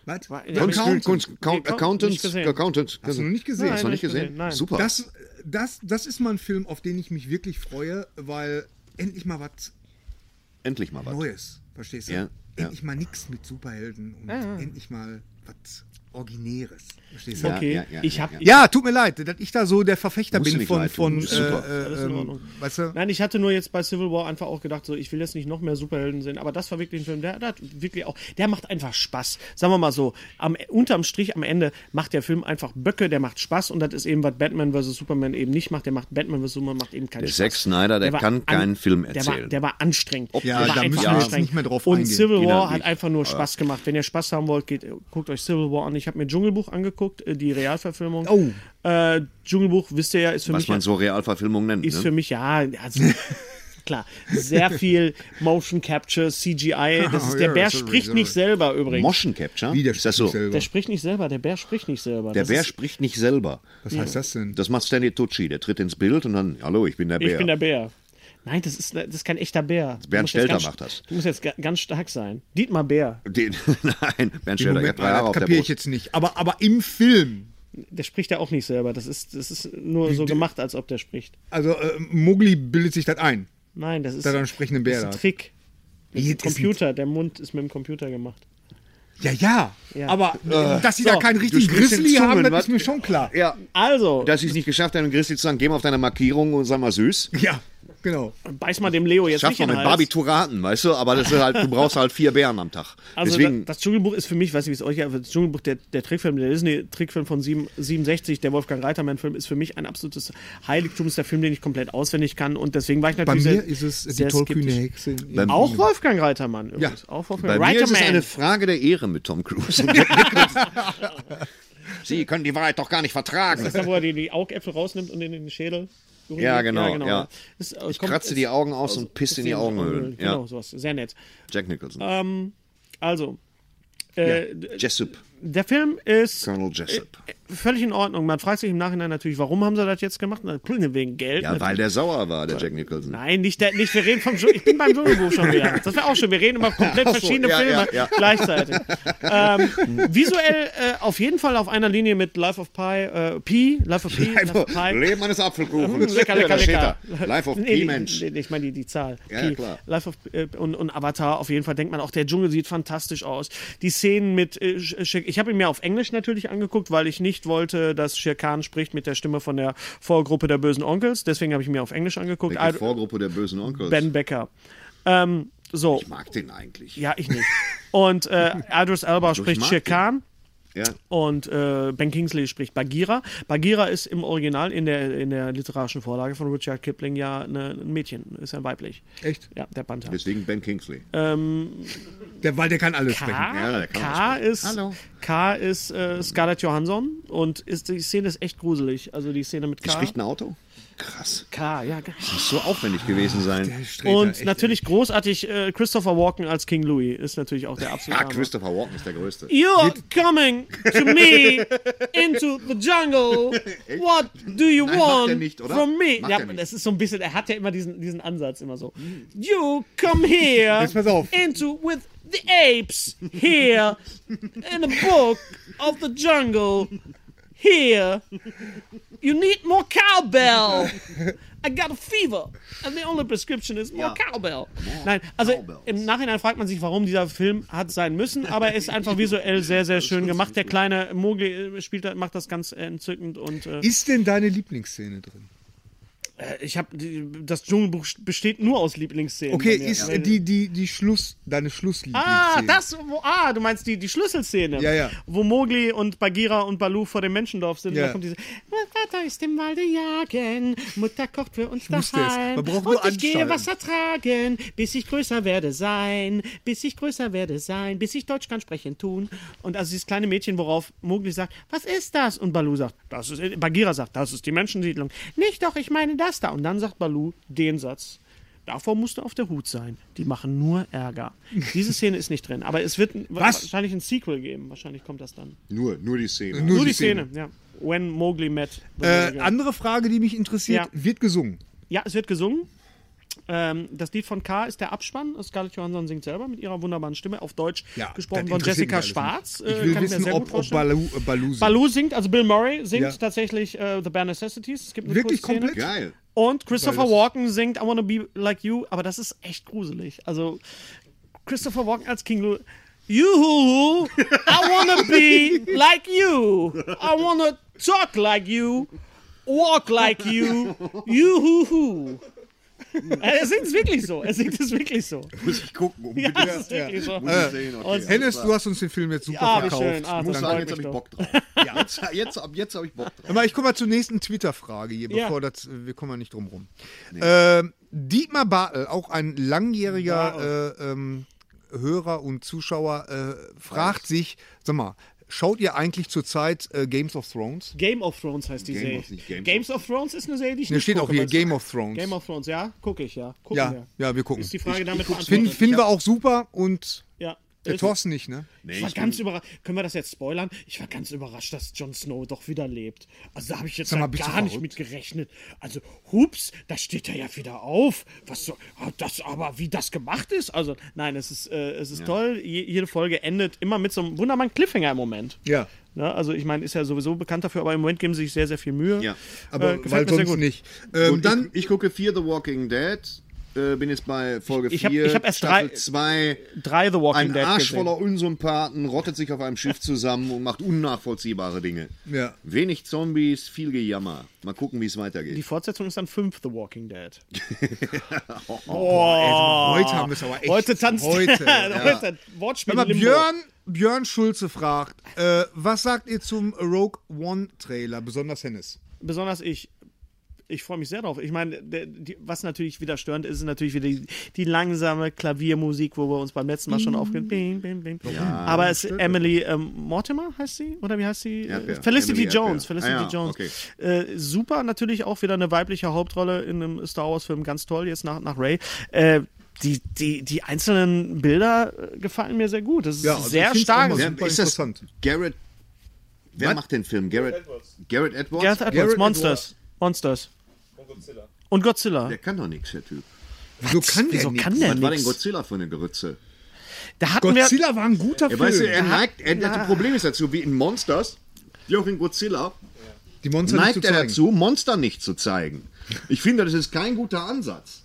Was? War- The ja, Kunst- Count? Kunst- Count- Nee, nicht Accountant. gesehen. Accountant. Hast du noch nicht gesehen? Hast du noch nicht Nein, gesehen? nicht gesehen, nein. Super. Das, das, das ist mal ein Film, auf den ich mich wirklich freue, weil endlich mal was Endlich mal Oh was. Neues, verstehst du? Ja, ja. Endlich mal nichts mit Superhelden und endlich mal was Originäres, verstehst du? Ja, Okay, ja, ja, ich ja, hab. ja. Ja, tut mir leid, dass ich da so der Verfechter Musst du bin nicht von, leid tun, von ist super. äh, Alles in ähm, Ordnung. weißt du? Nein, ich hatte nur jetzt bei Civil War einfach auch gedacht, so ich will jetzt nicht noch mehr Superhelden sehen, aber das war wirklich ein Film, der, der hat wirklich auch, der macht einfach Spaß. Sagen wir mal so, am, unterm Strich am Ende macht der Film einfach Böcke, der macht Spaß und das ist eben, was Batman vs. Superman eben nicht macht, der macht Batman vs. Superman macht eben keinen Der Spaß. Zack Snyder, der war kann keinen Film Der war, erzählen. der war anstrengend. Ja, der war da einfach müssen wir jetzt anstrengend. nicht mehr drauf Und eingehen. Civil War Inhaltlich. hat einfach nur Spaß gemacht. Wenn ihr Spaß haben wollt, geht, guckt euch Civil War an. Ich habe mir Dschungelbuch angeguckt, äh, die Realverfilmung. Oh. Äh, Dschungelbuch, wisst ihr ja, ist für Was mich man so Realverfilmung nennt. ist ne? für mich ja, also, klar, sehr viel Motion Capture, CGI. Das ist, Oh, der ja, Bär sorry, spricht sorry. nicht selber übrigens. Motion Capture? Wie, der ist das spricht so? selber. der spricht nicht selber, der Bär spricht nicht selber. Der das Bär ist, spricht nicht selber. Was heißt das denn? Das macht Stanley Tucci. Der tritt ins Bild und dann, hallo, ich bin der Bär. Ich bin der Bär. Nein, das ist, das ist kein echter Bär. Du Bernd musst jetzt Stelter ganz- macht das. Du musst jetzt ga- ganz stark sein. Dietmar Bär, Den, nein, Bernd Im Schäder, ich hab Moment, drei Haare das auf der kapiere ich Brust. jetzt nicht. Aber, aber im Film, der spricht ja auch nicht selber. Das ist, das ist nur so gemacht, als ob der spricht. also äh, Mowgli bildet sich das ein. Nein, das ist, Da dann sprechenden Bär das ist da. ein Trick. Wie, Mit dem das ist ein- Computer, der Mund ist mit dem Computer gemacht. Ja, ja. Aber äh, dass sie da So, keinen richtigen sprichst in Grizzly haben, Zungen, das was? ist mir schon klar. Ja, Also, dass ich es nicht geschafft habe, einen Grizzly zu sagen, geh mal auf deine Markierung und sag mal süß. Ja, genau. beiß mal dem Leo jetzt Schafft nicht man in mit den Hals. Barbituraten, weißt du, aber das ist halt, du brauchst halt vier Bären am Tag. Also Deswegen, da, das Dschungelbuch ist für mich, weiß nicht, wie es euch geht, aber das Dschungelbuch, der, der Trickfilm, der Disney-Trickfilm von sieben- 67, der Wolfgang Reitermann-Film, ist für mich ein absolutes Heiligtum, ist der Film, den ich komplett auswendig kann und deswegen war ich Bei natürlich mir sehr, ist es äh, die sehr tollkühne skeptisch. Hexe. in- Bei- Auch Wolfgang Reitermann übrigens. Ja. Auch bei Wolfgang mir ist es Reitermann. eine Frage der Ehre mit Tom Cruise. Sie können die Wahrheit doch gar nicht vertragen. Ist das da, wo er die, die Augäpfel rausnimmt und in den Schädel? berührt? Ja, genau, ja. Ist, äh, Ich kommt- kratze ist- die Augen aus und ist pisse in die Augenhöhlen. Genau, Ja, sowas. Sehr nett. Jack Nicholson. Äh, Also, äh, d- Jessup, Äh, der Film ist Colonel Jessup. völlig in Ordnung. Man fragt sich im Nachhinein natürlich, warum haben sie das jetzt gemacht? Na, Wegen Geld. Ja, weil der sauer war, der Jack Nicholson. Nein, nicht, der, nicht wir reden vom Dschungel. Ich bin beim Dschungelbuch schon wieder. Das wäre auch schön. Wir reden über komplett verschiedene ja, Filme ja, ja. gleichzeitig. ähm, visuell äh, auf jeden Fall auf einer Linie mit Life of Pi, äh, Pi, Life of Pi, Also, Life of Pi. Leben eines Apfelkuchens. halt- Lecker, Ja, lecker, da steht lecker. er. Life of Hm, Nee, Pi, nee, Mensch. nee, Ich meine die, die Zahl. Ja, Pi. ja, klar. Life of, äh, und, und Avatar, auf jeden Fall denkt man auch, der Dschungel sieht fantastisch aus. Die Szenen mit äh, Sch- Sch- Ich habe ihn mir auf Englisch natürlich angeguckt, weil ich nicht wollte, dass Shere Khan spricht mit der Stimme von der Vorgruppe der bösen Onkels. Deswegen habe ich mir auf Englisch angeguckt. Die I- Vorgruppe der bösen Onkels. Also, ben Becker. Ähm, so. Ich mag den eigentlich. Ja, ich nicht. Und äh, Aldous Elba spricht mag Shere den. Khan. Ja. Und äh, Ben Kingsley spricht Bagheera. Bagheera ist im Original in der, in der literarischen Vorlage von Richard Kipling ja eine, ein Mädchen, ist ja weiblich. Echt? Ja, der Panther. Deswegen Ben Kingsley. Der, weil der kann alles sprechen. K, Ja, der kann Ah, K das ist, Hallo. K ist äh, Scarlett Johansson und ist, die Szene ist echt gruselig. Also die Szene mit Die K. spricht ein Auto? Krass. K, ja. ge- Muss so aufwendig gewesen sein. Streter, Und echt. natürlich großartig äh, Christopher Walken als King Louis ist natürlich auch der absolute Ah, Hammer. Christopher Walken ist der Größte. You're coming to me into the jungle. What do you Nein, macht want er nicht, oder? from me? Macht ja, er nicht. das ist so ein bisschen, er hat ja immer diesen, diesen Ansatz immer so. You come here Jetzt pass auf. into with the apes here in the book of the jungle here. You need more cowbell. I got a fever. And the only prescription is more cowbell. Nein, also cowbells. im Nachhinein fragt man sich, warum dieser Film hat sein müssen, aber er ist einfach visuell sehr, sehr schön gemacht. Der kleine Mogli äh, spielt, da- macht das ganz äh, entzückend und äh, Ist denn deine Lieblingsszene drin? ich habe das Dschungelbuch besteht nur aus Lieblingsszenen. Okay, bei mir. ist Weil- äh, die, die, die Schluss, deine Schlusslieblingsszene? Ah, das, wo, ah, du meinst die, die Schlüsselszene, Ja, ja. wo Mowgli und Bagheera und Balu vor dem Menschendorf sind. Ja. Und da kommt diese, mein Vater ist im Walde jagen, Mutter kocht für uns wusste es. daheim. Man braucht Und nur ich gehe anschalten. Wasser tragen, bis ich größer werde sein, bis ich größer werde sein, bis ich Deutsch kann sprechen tun. Und also dieses kleine Mädchen, worauf Mowgli sagt, was ist das? Und Balu sagt, das ist, äh, Bagheera sagt, das ist die Menschensiedlung. Nicht doch, ich meine das da. Und dann sagt Balu den Satz. Davor musst du auf der Hut sein. Die machen nur Ärger. Diese Szene ist nicht drin, aber es wird ein- Was? wahrscheinlich ein Sequel geben. Wahrscheinlich kommt das dann. Nur, nur die Szene. Nur, die Szene, ja. When Mowgli met. Äh, the Wizard. andere Frage, die mich interessiert, Ja. wird gesungen. ja, es wird gesungen. Ähm, das Lied von K ist der Abspann. Scarlett Johansson singt selber mit ihrer wunderbaren Stimme auf Deutsch Ja, gesprochen das von interessiert mich Jessica alles Schwarz. nicht. Ich Äh, will kann ich mir wissen, sehr gut ob, ob vorstellen. Baloo, äh, Baloo singt. Balu singt, also Bill Murray singt Ja. tatsächlich äh, The Bare Necessities. Es gibt eine Wirklich kurze Szene. komplett? Geil. Und Christopher Walken singt I Wanna Be Like You, aber das ist echt gruselig. Also Christopher Walken als King Lou. You, I wanna be like you. I wanna talk like you, walk like you. You, Er singt es wirklich so. Er singt es wirklich so. Muss ich gucken. um Ja, es ist wirklich so. Hennes, du hast uns den Film jetzt super Ah, wie verkauft. schön. Ah, das muss freut sagen, jetzt mich habe doch. ich Bock drauf. Jetzt, jetzt, ab jetzt habe ich Bock drauf. Aber ich komme mal zur nächsten Twitter-Frage hier, Ja. bevor das, wir kommen ja nicht drum rum. Ähm, Dietmar Bartel, auch ein langjähriger äh, ähm, Hörer und Zuschauer, äh, fragt sich, sag mal, schaut ihr eigentlich zurzeit äh, Games of Thrones? Game of Thrones heißt die Game Serie. of- nicht Games Games of Thrones ist eine Serie, die ich Da nicht steht gucke, auch hier meinst du? Game of Thrones. Game of Thrones, ja, gucke ich, ja. Gucken ja, wir. ja, wir gucken. Ist die Frage damit Finden, beantwortet? finden wir auch super und ja. der Ist- Thorsten nicht, ne? Nee, Ich war ich ganz überrascht. Können wir das jetzt spoilern? Ich war ganz überrascht, dass Jon Snow doch wieder lebt. Also da habe ich jetzt Sag mal, halt bist du gar nicht verrückt? mit gerechnet. Also, hups, da steht er ja wieder auf. Was so, ah, das aber, wie das gemacht ist. Also, nein, es ist, äh, es ist toll. Je, jede Folge endet immer mit so einem wunderbaren Cliffhanger im Moment. Ja. Ne? Also, ich meine, ist ja sowieso bekannt dafür, aber im Moment geben sie sich sehr, sehr viel Mühe. Äh, Ja. Aber gefällt weil mir sehr sonst gut. nicht. Ähm, Und dann ich, ich gucke Fear the Walking Dead. äh, bin jetzt bei Folge 4, Ich hab- ich hab erst Staffel drei- 2. Drei The Walking Ein Dead Arsch gesehen. voller Unsympathen rottet sich auf einem Schiff zusammen und macht unnachvollziehbare Dinge. Ja. Wenig Zombies, viel Gejammer. Mal gucken, wie es weitergeht. Die Fortsetzung ist dann 5 The Walking Dead. Oh, Heute haben wir es aber echt. heute tanzt Heute. heute Wortspiel Wenn mal Limbo. Björn, Björn Schulze fragt, äh, was sagt ihr zum Rogue One Trailer, besonders Hennes? Besonders ich. Ich freue mich sehr drauf. Ich meine, der- die- was natürlich wieder störend ist, ist natürlich wieder die, die langsame Klaviermusik, wo wir uns beim letzten Mal schon aufgehört bing, bing, bing. Aber es ist Emily ähm, Mortimer, heißt sie? Oder wie heißt sie? Äh, Erdbeer. Felicity Emily Jones. Erdbeer. Felicity Ah ja, Jones. okay. Äh, super, natürlich auch wieder eine weibliche Hauptrolle in einem Star Wars-Film, ganz toll, jetzt nach, nach Ray. Äh, die, die, die einzelnen Bilder äh, gefallen mir sehr gut. Das ist also ich sehr find's stark. auch mal Wer- super ist das interessant. Garrett. Wer macht den Film? Garrett Edwards. Garrett Edwards? Gareth Edwards, Gareth Monsters. Monsters. Und Godzilla. Und Godzilla. Der kann doch nichts, der Typ. Wieso kann der Wieso nicht? kann Was der war denn nichts? Godzilla für eine Grütze? Da hatten wir, Godzilla war ein guter Er Film. weiß, er neigt, er, das Problem ist dazu, wie in Monsters, wie auch in Godzilla, die Monster neigt nicht zu er zeigen. dazu, Monster nicht zu zeigen. Ich finde, das ist kein guter Ansatz.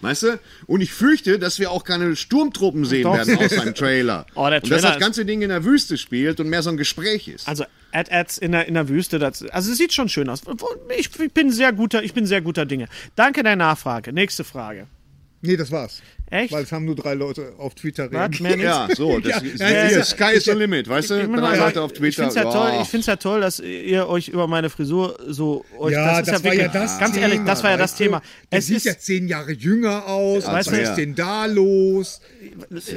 Weißt du? Und ich fürchte, dass wir auch keine Sturmtruppen sehen Doch. werden aus seinem Trailer. Oh, der und dass Trailer das ganze Ding in der Wüste spielt und mehr so ein Gespräch ist. also Ad-Ads in der, in der Wüste, das, also es sieht schon schön aus. Ich bin sehr guter, ich bin sehr guter Dinge. Danke der Nachfrage. Nächste Frage. Nee, das war's. Echt? Weil es haben nur drei Leute auf Twitter Was? reagiert. Mehr nicht? ja, so, das ist, ja, hier, ja. Sky is the limit, weißt du? Ich muss Drei mal Leute sagen, auf Twitter. Ich finde es ja, wow. toll- ich find's ja toll, dass ihr euch über meine Frisur so euch Ja, das, ist war ja wirklich- das ganz Thema, ehrlich, das war ja das weißt du? Thema. Der Es sieht ist ja zehn Jahre jünger aus. Weißt Was du- ist denn da los?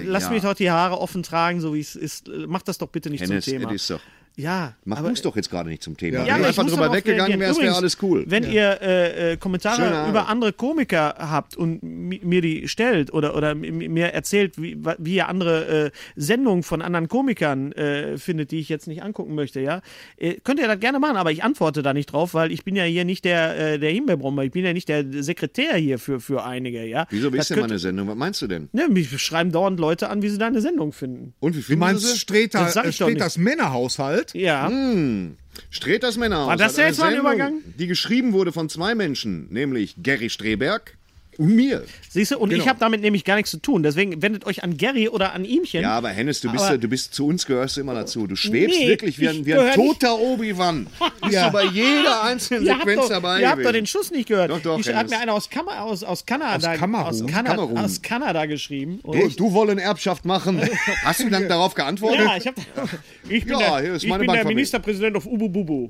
lass ja. mich doch die Haare offen tragen, so wie es ist. Mach das doch bitte nicht Hennes, zum Thema. es ist doch. ja, Mach aber uns doch jetzt gerade nicht zum Ja, Thema. Wenn du aber ich einfach muss drüber darauf reagieren. weggegangen wärst, wäre Übrigens, alles cool. Wenn ihr äh, äh, Kommentare Schöne Haare. über andere Komiker habt und mi mir die stellt oder, oder mi- mir erzählt, wie, wa- wie ihr andere äh, Sendungen von anderen Komikern äh, findet, die ich jetzt nicht angucken möchte, ja, äh, könnt ihr das gerne machen, aber ich antworte da nicht drauf, weil ich bin ja hier nicht der, äh, der Himbeerbrommer, ich bin ja nicht der Sekretär hier für, für einige, ja. Wieso Das willst du denn könnt- meine Sendung? Was meinst du denn? Ne, mich schreiben dauernd Leute an, wie sie deine Sendung finden. Und wie Du findest meinst du Streter, Das sag äh, ich doch nicht. Streters Männerhaushalt? Ja. Hm. Streht das Männerhaus. War das hat ja eine jetzt mal ein Sendung, Übergang? Die geschrieben wurde von zwei Menschen, nämlich Gary Streberg und mir. Siehst du, und Genau. ich habe damit nämlich gar nichts zu tun. Deswegen wendet euch an Gary oder an ihmchen. Ja, aber Hennes, du bist, Aber- ja- du bist zu uns gehörst du immer dazu. Du schwebst Nee, wirklich wie ein, ich wie ein gehör nicht- toter Obi-Wan. Bist du bei jeder einzelnen Ihr habt, Sequenz doch, dabei. ihr habt doch gewesen. den Schuss nicht gehört. Doch, doch, ich hat Hennes. mir einer aus, Kam aus, aus Kanada Aus Kamerun. aus, Aus Kana Kamerun. aus Kanada geschrieben. Und- Du, du wollen Erbschaft machen. Hast du dann darauf geantwortet? ja, ich, hab, ich bin, Ja, hier der, ist ich meine bin der Bankverbindung. Ministerpräsident auf Ubububu.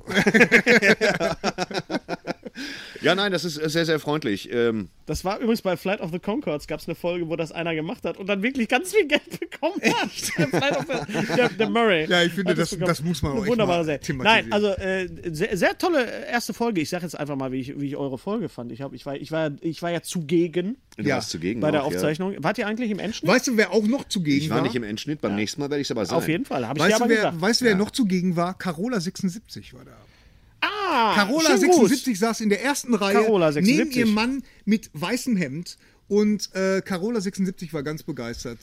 Ja, nein, das ist äh, sehr, sehr freundlich. Ähm, Das war übrigens bei Flight of the Concords gab es eine Folge, wo das einer gemacht hat und dann wirklich ganz viel Geld bekommen hat. Flight of the, der, der Murray. Ja, ich finde, hat das- bekommen. das muss man Eine auch echt Wunderbare mal Serie. thematisieren. Nein, also äh, sehr, sehr tolle erste Folge. Ich sage jetzt einfach mal, wie ich, wie ich eure Folge fand. Ich, hab, ich, war, ich, war, ich war ja zugegen du Ja, warst zugegen. bei der auch, ja. Aufzeichnung. Wart ihr eigentlich im Endschnitt? Weißt du, wer auch noch zugegen Ich war nicht im Endschnitt, beim nächsten Mal werde ich es aber sein. Auf jeden Fall, habe ich dir Weißt aber du, wer, gesagt. weißt du, wer noch zugegen war? Carola 76 war da. Ah, Carola schönen 76 saß in der ersten Reihe Carola neben 76. ihrem Mann mit weißem Hemd und äh, Carola 76 war ganz begeistert.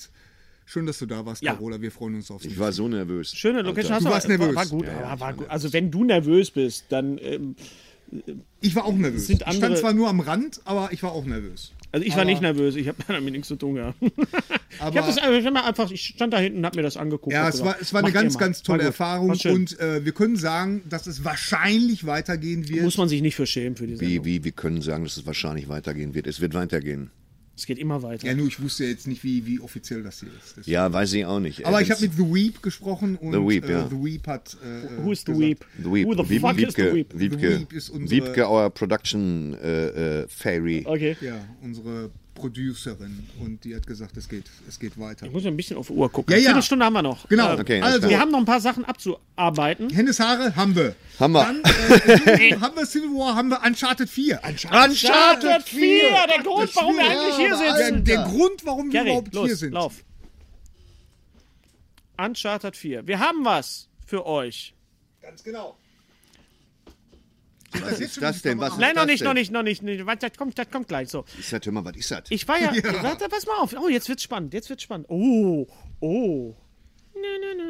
Schön, dass du da warst, Ja. Carola. Wir freuen uns auf dich. Ich war so nervös. Schöne Location. Du warst war, nervös. War gut, aber war gut. Also wenn du nervös bist, dann... Ähm, Ich war auch nervös. ich Sind stand andere- zwar nur am Rand, aber ich war auch nervös. also ich war nicht nervös, ich habe damit nichts zu tun gehabt. ich, hab Aber das, einfach- ich, hab mir einfach, ich stand da hinten und habe mir das angeguckt. ja, Hab es gesagt, war, es war eine macht ihr ganz, mal. ganz tolle War gut. Erfahrung War schön. und äh, wir können sagen, dass es wahrscheinlich weitergehen wird. Muss man sich nicht für schämen für die Sendung. Wie, wie, wir können sagen, dass es wahrscheinlich weitergehen wird. Es wird weitergehen. Es geht immer weiter. ja, nur ich wusste jetzt nicht, wie, wie offiziell das hier ist. Deswegen. Ja, weiß ich auch nicht. Aber ich Wenn's- habe mit The Weep gesprochen und The Weep, äh, ja. The Weep hat. Äh, Who is the gesagt- Weep? The Weep. Who the Wieb- fuck Wiebke, is the Weep? Wiebke. The Weep ist unsere- Wiebke, our Production äh, äh, Fairy. Okay. Ja, unsere Producerin und die hat gesagt, es geht, es geht weiter. Ich muss ein bisschen auf die Uhr gucken. Ja, ja. Eine Stunde haben wir noch. Genau. Äh, Okay, alles also, klar. Wir haben noch ein paar Sachen abzuarbeiten. Hennes Haare haben wir. Haben wir. Dann äh, haben wir Civil War, haben wir Uncharted 4. Uncharted, Uncharted 4, der Grund, warum wir eigentlich hier Der, sitzen. der Grund, warum wir Gary, überhaupt los, hier sind. lauf. Uncharted 4. Wir haben was für euch. Ganz genau. Was ist das denn? Was Nein, ist noch das nicht, denn? noch nicht, noch nicht, nicht. Warte, Das kommt, das kommt gleich. So. Ist das, hör mal, was ist das? Ich war ja. Warte, pass mal auf. Oh, jetzt wird's spannend. Jetzt wird's spannend. Oh, oh.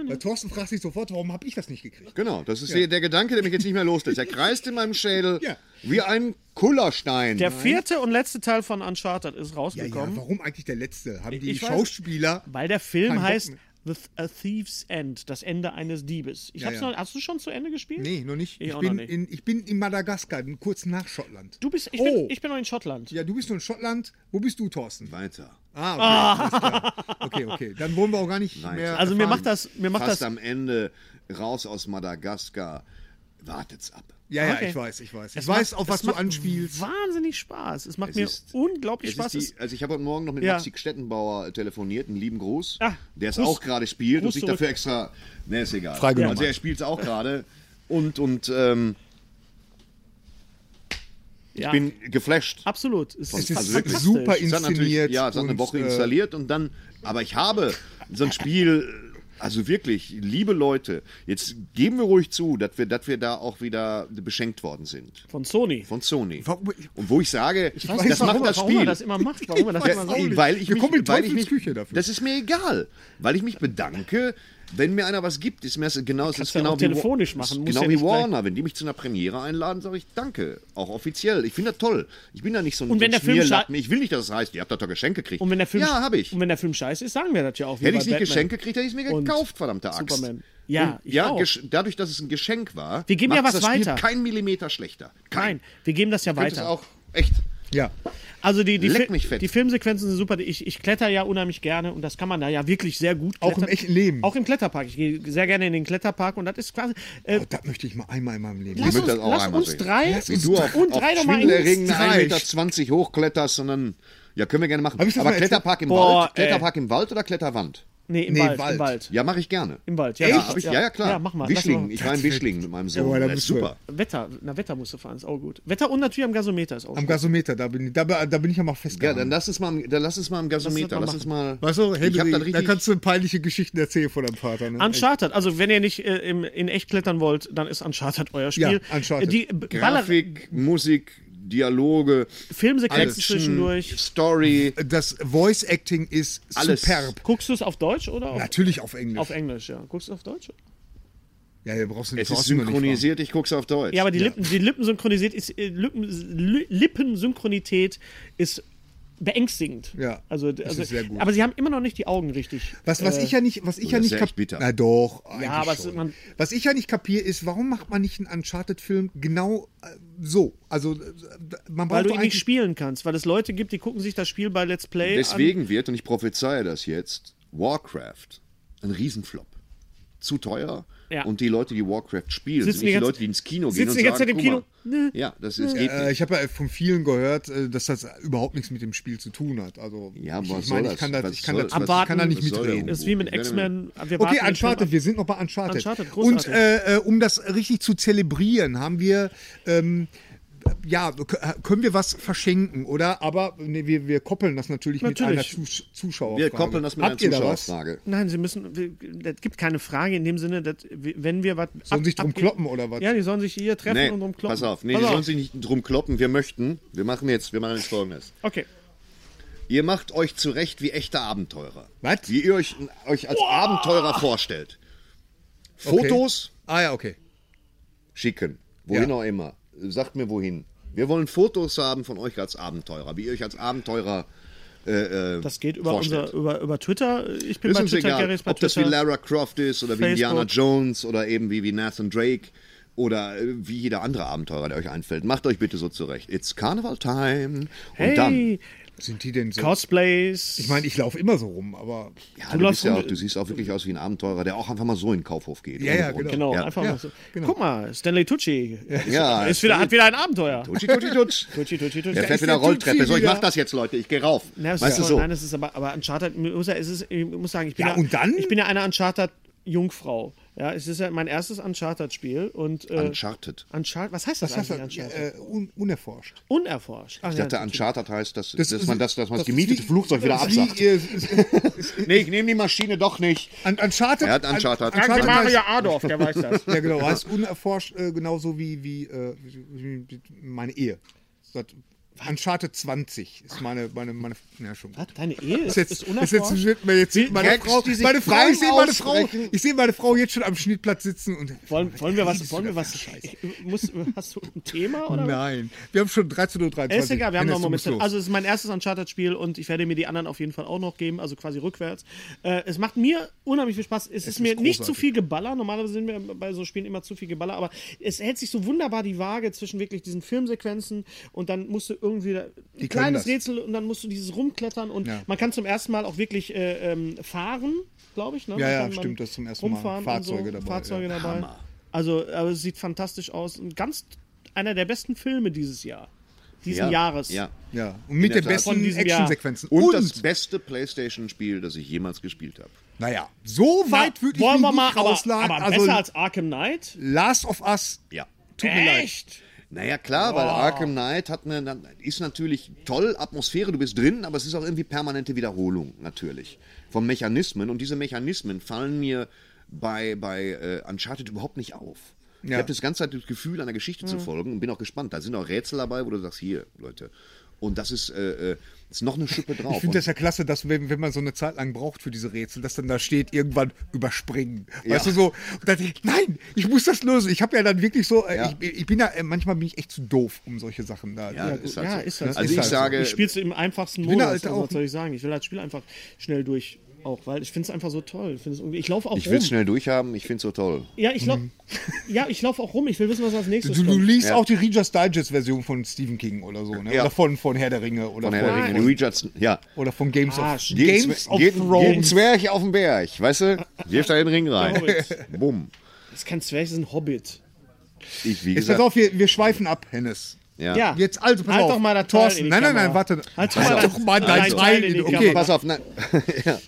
Weil Thorsten fragt sich sofort, warum habe ich das nicht gekriegt? Genau, das ist der- der Gedanke, der mich jetzt nicht mehr loslässt. Er kreist in meinem Schädel Ja. wie ein Kullerstein. Der vierte und letzte Teil von Uncharted ist Ja, ja, rausgekommen, warum eigentlich der letzte? Haben die Ich weiß- Schauspieler. weil der Kein Film Bock heißt mehr. The Th- A Thief's End, das Ende eines Diebes. Ich Ja, hab's ja. Noch, hast du schon zu Ende gespielt? Nee, noch nicht. Ich auch bin, noch nicht. In, ich bin in Madagaskar, kurz nach Schottland. Du bist, ich, Oh. bin, ich bin noch in Schottland. Ja, du bist nur in Schottland. Wo bist du, Thorsten? Weiter. Ah, okay. alles klar. Okay, okay. Dann wollen wir auch gar nicht Nein. mehr. Also mir erfahren. macht das, mir macht Fast das, am Ende raus aus Madagaskar. Wartet's ab. Ja, ja, Okay. ich weiß, ich weiß. Ich Es weiß, macht- auf was es du macht anspielst. Wahnsinnig Spaß. Es macht mir ist- unglaublich Es Spaß. ist die, also ich habe heute Morgen noch mit Ja. Maxi Stettenbauer äh, telefoniert, einen lieben Gruß, Ah, der es Gruß- auch gerade spielt und Gruß sich zurück. dafür extra. Ne, ist egal. Freigenommen Also er hat. spielt es auch gerade. Und, und ähm, ich ja, bin geflasht. absolut. Es, Es ist, ist fantastisch. super Es hat natürlich- inszeniert. Ja, es hat eine und, Woche äh, installiert und dann, aber ich habe so ein Spiel, also wirklich, liebe Leute, jetzt geben wir ruhig zu, dass wir, dass wir da auch wieder beschenkt worden sind. Von Sony. Von Sony. Warum- Und wo ich sage, Ich weiß das nicht, warum, macht das warum Spiel. man das immer macht. Warum man das Ich immer weiß sagt. auch nicht. weil Also ich Wir mich, kommen in weil ich mich, Teufelsküche dafür. Das ist mir egal, weil ich mich bedanke, wenn mir einer was gibt. Ist mir das genau, es ist ja genau auch wie Wa- telefonisch machen, ist muss Genau ja wie nicht gleich- Warner, wenn die mich zu einer Premiere einladen, sage ich Danke, auch offiziell. Ich finde das toll. Ich bin da nicht so ein Und wenn der Film Schmierlappen. scha- Ich will nicht, dass es heißt, ihr habt da doch Geschenke gekriegt. Und wenn der Film, ja, habe ich. Und wenn der Film scheiße ist, sagen wir das ja auch. wie Hätte bei ich es nicht Batman. geschenkt gekriegt, hätte ich es mir Und gekauft, verdammte Axt. Superman. Ja, Und, ich ja auch. gesch- dadurch, dass es ein Geschenk war, Wir geben ja macht's was das Spiel weiter. kein Millimeter schlechter. Kein. Nein, wir geben das ja Könnte es weiter. auch echt. Ja. Also die, die, Leck Fi- mich fett. die Filmsequenzen sind super. Ich, ich kletter ja unheimlich gerne und das kann man da ja wirklich sehr gut Auch im klettern. echten Leben. Auch im Kletterpark. Ich gehe sehr gerne in den Kletterpark und das ist quasi. Äh, Oh, das möchte ich mal einmal in meinem Leben. lass möchte uns, das auch lass einmal uns sehen. drei Wie du auf, und auf drei nochmal in. schwindelerregenden Streich. 1,20 Meter hochkletterst, sondern ja, können wir gerne machen. Hab ich das Aber mal erzählt? Kletterpark im Boah, Wald, ey. Kletterpark im Wald oder Kletterwand? Nee, im Nee, Wald, Wald. Im Wald. Ja, mache ich gerne. Im Wald, ja. ja, Echt? hab ich, Ja. ja, ja klar. Ja, mach mal. Lass Wischling, mal. ich war in Wischling mit meinem Sohn. Ja, aber da das ist bist du- super. Wetter, na Wetter musst du fahren, ist auch gut. Wetter und natürlich am Gasometer ist auch Am gut. Gasometer, da bin, ich- da, da bin ich ja mal Ja, festgegangen. dann lass es mal, am- dann lass es mal am Gasometer. Lass Lass es es mal. weißt du, ich hab Henry, dann da richtig. kannst du peinliche Geschichten erzählen von deinem Vater. Ne? Uncharted, also wenn ihr nicht äh, im, in echt klettern wollt, dann ist Uncharted euer Spiel. Ja, Uncharted. Äh, Die B- Baller Grafik, Musik, Dialoge, Filmsequenzen Action, zwischendurch. Hm. Story. das Voice Acting ist Alles. superb. Guckst du es auf Deutsch oder auf, Natürlich auf Englisch. auf Englisch? Ja. Guckst du auf Deutsch? ja, hier brauchst du den Es ist Thorsten noch nicht synchronisiert, ich guck's auf Deutsch. Ja, aber die, Lippen, die Lippen synchronisiert ist äh, Lippen, Lü- Lippensynchronität ist beängstigend. Ja, also, das also ist sehr gut. Aber sie haben immer noch nicht die Augen richtig. Was, was ich ja nicht, was ich ja Äh, das nicht ist ja echt kap- bitter. Na doch, eigentlich aber es- schon. man- was ich ja nicht kapiere ist, warum macht man nicht einen Uncharted-Film genau äh, so? Also äh, man weil braucht du doch ihn nicht eigentlich spielen kannst, weil es Leute gibt, die gucken sich das Spiel bei Let's Play an. Deswegen wird, und ich prophezeie das jetzt, Warcraft ein Riesenflop. Zu teuer. Ja. Und die Leute, die Warcraft spielen, Sitzen sind die nicht die ganze- Leute, die ins Kino gehen sitzen und die ganze Zeit sagen, im Kino. guck Mal, Nö. ja, das ist, geht Äh, nicht. ich habe ja von vielen gehört, äh, dass das überhaupt nichts mit dem Spiel zu tun hat. Also Ja, ich, was ich meine, soll ich kann, das? da, Was ich kann, soll da, das? ich kann da nicht Was soll der mitreden. Humbug? Ist wie mit Ich werde X-Men. Wir warten Okay, den Film ab. Uncharted, wir sind noch bei Uncharted. Uncharted, und großartig. äh, äh, um das richtig zu zelebrieren, haben wir, ähm, ja, k- äh, können wir was verschenken, oder? Aber nee, wir, wir koppeln das natürlich, mit Natürlich. einer Zus Zuschauerfrage. Wir koppeln das mit Habt ihr einer da Zuschauerfrage. Nein, sie müssen. wir- Das gibt keine Frage in dem Sinne, dass, wir- wenn wir was. Sollen sich drum kloppen oder was? Ja, die sollen sich hier treffen Nee, und drum kloppen. pass auf, nee, die sollen sich nicht drum kloppen. Wir möchten, wir machen jetzt, wir machen jetzt folgendes. Okay. Ihr macht euch zurecht wie echte Abenteurer. Was? Wie ihr euch, euch als Abenteurer vorstellt. Okay. Fotos Ah ja, okay. schicken. Wohin Ja. auch immer. Sagt mir wohin. Wir wollen Fotos haben von euch als Abenteurer, wie ihr euch als Abenteurer Das geht über, Vorstellt. unser, über, über Twitter. Ich bin äh, ist bei uns Twitter, Gary egal, ist bei ob das wie Twitter. Lara Croft ist oder wie Indiana Facebook. Jones oder eben wie, wie Nathan Drake oder äh, wie jeder andere Abenteurer, der euch einfällt. Macht euch bitte so zurecht. It's Carnival Time. Und dann, Hey, Sind die denn so? Cosplays. ich meine, ich laufe immer so rum, aber ja, du du, bist läufst ja rum- auch, du siehst auch wirklich aus wie ein Abenteurer, der auch einfach mal so in den Kaufhof geht. Ja, Ohne ja, Grund. Genau, Ja. einfach Ja, mal so. genau. Guck mal, Stanley Tucci. Ist, Ja, ist wieder, hat wieder ein Abenteuer. Tutschi, tutschi, tutsch. Tucci, Tucci, Tucci. Der fährt ist wieder der Rolltreppe. Tutschi So, ich mach wieder. das jetzt, Leute. Ich gehe rauf. Na, es weißt du ist so. Nein, es ist aber, aber Uncharted, muss ja- es ist, ich muss sagen, ich bin Ja, ja, und dann? Ich bin ja eine Uncharted-Jungfrau. Ja, es ist ja mein erstes Uncharted-Spiel und äh, Uncharted. Uncharted, was heißt das das eigentlich, heißt, Uncharted? äh, un unerforscht. Unerforscht. Ach, Ich dachte, ja, Uncharted heißt, dass, dass ist- man das, dass man das ist gemietete wie- Flugzeug wieder ist wie- absagt. äh, ist- ist- Nee, ich nehme die Maschine doch nicht. Un- Uncharted. Er hat Uncharted. Un- Danke, Mario heißt- Adorf, der weiß das. Ja, genau. Heißt unerforscht äh, genauso wie, wie, äh, wie wie meine Ehe. Das Uncharted 20 ist meine, meine, meine, ja schon. Was? Deine Ehe ist, Ist jetzt, ist ist jetzt, unerforscht? jetzt, jetzt sieht meine merkst Frau, du, sie meine Frau, ich kaum sehe meine Frau, aussprechen. ich sehe meine Frau jetzt schon am Schnittplatz sitzen und wollen, wollen wir was? Redest Wollen du wir da was? für Scheiße? Muss, hast du ein Thema oder? Nein, wir haben schon 13.23 Uhr. Ist egal, wir haben noch einen Moment. Los. Also es ist mein erstes Uncharted-Spiel und ich werde mir die anderen auf jeden Fall auch noch geben, also quasi rückwärts. Äh, es macht mir unheimlich viel Spaß. Es, ist, mir nicht zu großartig. viel Geballer. Normalerweise sind wir bei so Spielen immer zu viel Geballer, aber es hält sich so wunderbar die Waage zwischen wirklich diesen Filmsequenzen und dann musst du irgendwie da- ein können kleines das. Rätsel und dann musst du dieses rumklettern und Ja. man kann zum ersten Mal auch wirklich äh, ähm, fahren, glaube ich. Ne? Ja, Man ja, kann- man stimmt, das zum ersten Mal. rumfahren und Fahrzeuge dabei, Fahrzeuge ja. dabei. Also, aber es sieht fantastisch aus. Und ganz einer der besten Filme dieses Jahr. Diesen Ja, Jahres. Ja. Ja, und mit der den Tat. Von besten diesem Jahr. Actionsequenzen. Und, das beste PlayStation-Spiel, das ich jemals gespielt habe. naja, so Na, weit würde ich wollen mich wir mal, nicht aber, rausladen. aber also, besser als Arkham Knight? Last of Us, Ja. tut mir leid. Naja, klar, weil Arkham Knight hat eine, ist natürlich toll, Atmosphäre, du bist drin, aber es ist auch irgendwie permanente Wiederholung, natürlich, von Mechanismen. Und diese Mechanismen fallen mir bei, bei äh, Uncharted überhaupt nicht auf. Ich Ja. habe das ganze Zeit das Gefühl, einer Geschichte zu folgen und bin auch gespannt. Da sind auch Rätsel dabei, wo du sagst, hier, Leute. Und das ist, äh, äh, ist noch eine Schippe drauf. Ich finde das Und- ja klasse, dass wenn, wenn man so eine Zeit lang braucht für diese Rätsel, dass dann da steht, irgendwann überspringen. Ja. Weißt du so? Und dann, denk ich, nein, ich muss das lösen. Ich habe ja dann wirklich so, äh, Ja. ich, ich bin ja, äh, manchmal bin ich echt zu doof, um solche Sachen da. ja, ist halt ja, so. ist halt so. Also Ist ich halt so. sage, Ich spiele es im einfachsten bin Modus, halt also, auch- was soll ich sagen? Ich will das Spiel einfach schnell durch. Auch, weil ich finde es einfach so toll. Ich, find's irgendwie- ich laufe auch ich will rum. es schnell durchhaben, ich finde es so toll. Ja, ich laufe ja, ich lauf auch rum. Ich will wissen, was als nächstes Mhm. Du, du kommt. liest Ja. auch die Reader's Digest-Version von Stephen King oder so, ne? Ja. Oder von, von Herr der Ringe oder von, Von Herr der Ringe, Richardson, ja. Oder von Games Ah, of shit. Geht Games ein Zwer- of geht, geht ein Thrones. Zwerg auf den Berg, weißt du? Wirf da den Ring rein. Bumm. Das ist kein Zwerg, das ist ein Hobbit. Ich, wie Jetzt pass gesagt, auf, wir, wir schweifen ab, Hennes. ja. Ja. Jetzt also, pass Halt auf. doch mal das Teil in Thorsten, die nein, nein, nein, Kamera. warte. Halt Halt doch mal doch das- mal dein dein Teil Teil in die in- Kamera. Okay, Pass auf, nein. ja.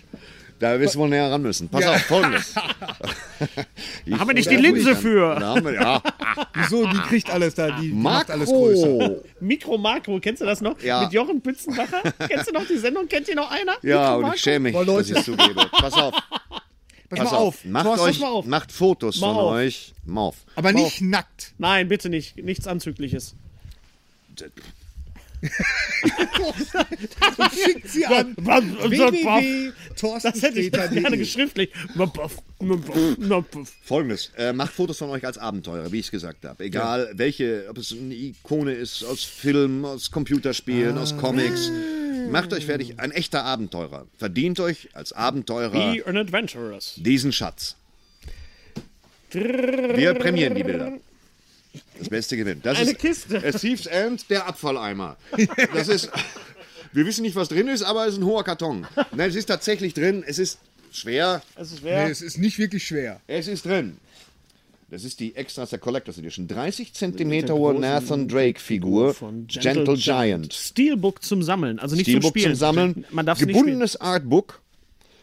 Da wirst du wohl näher ran müssen. Pass auf, folgendes. da haben wir nicht die Linse für. Da haben wir, ja. wieso? Die kriegt alles da, die, die macht alles größer. Makro. Mikro Makro, kennst du das noch? Ja. Mit Jochen Pützenbacher? kennst du noch die Sendung? Kennt ihr noch einer? Ja, Mikro und Makro? ich schäme mich, Boah, dass Leute. ich es zugebe. Pass auf, Pass, pass mal auf. auf. Macht, Thorsten, euch, mal auf. macht Fotos Mal von auf. euch. Mal auf. Aber nicht nackt. Nein, bitte nicht. Nichts Anzügliches. Schickt sie an. Was- Das hätte ich www.torstenstreter.de. gerne geschriftlich. Folgendes, äh, macht Fotos von euch als Abenteurer, wie ich es gesagt habe. Egal welche, ob es eine Ikone ist aus Filmen, aus Computerspielen, Ah. aus Comics. Macht euch fertig, ein echter Abenteurer. Verdient euch als Abenteurer Be an Adventurous. diesen Schatz. Wir prämieren die Bilder. Das Beste gewinnt. Das Eine ist Kiste. A Thief's End, der Abfalleimer. Das ist. Wir wissen nicht, was drin ist, aber es ist ein hoher Karton. Nein, es ist tatsächlich drin. Es ist schwer. Es ist Nee, wer? es ist nicht wirklich schwer. Es ist drin. Das ist die Extras der Collectors Edition. 30 cm hohe Nathan Drake-Figur von Gentle, Giant. Steelbook zum Sammeln, also nicht Steelbook zum Spielen. zum Sammeln. Man darf nicht spielen. Gebundenes Artbook.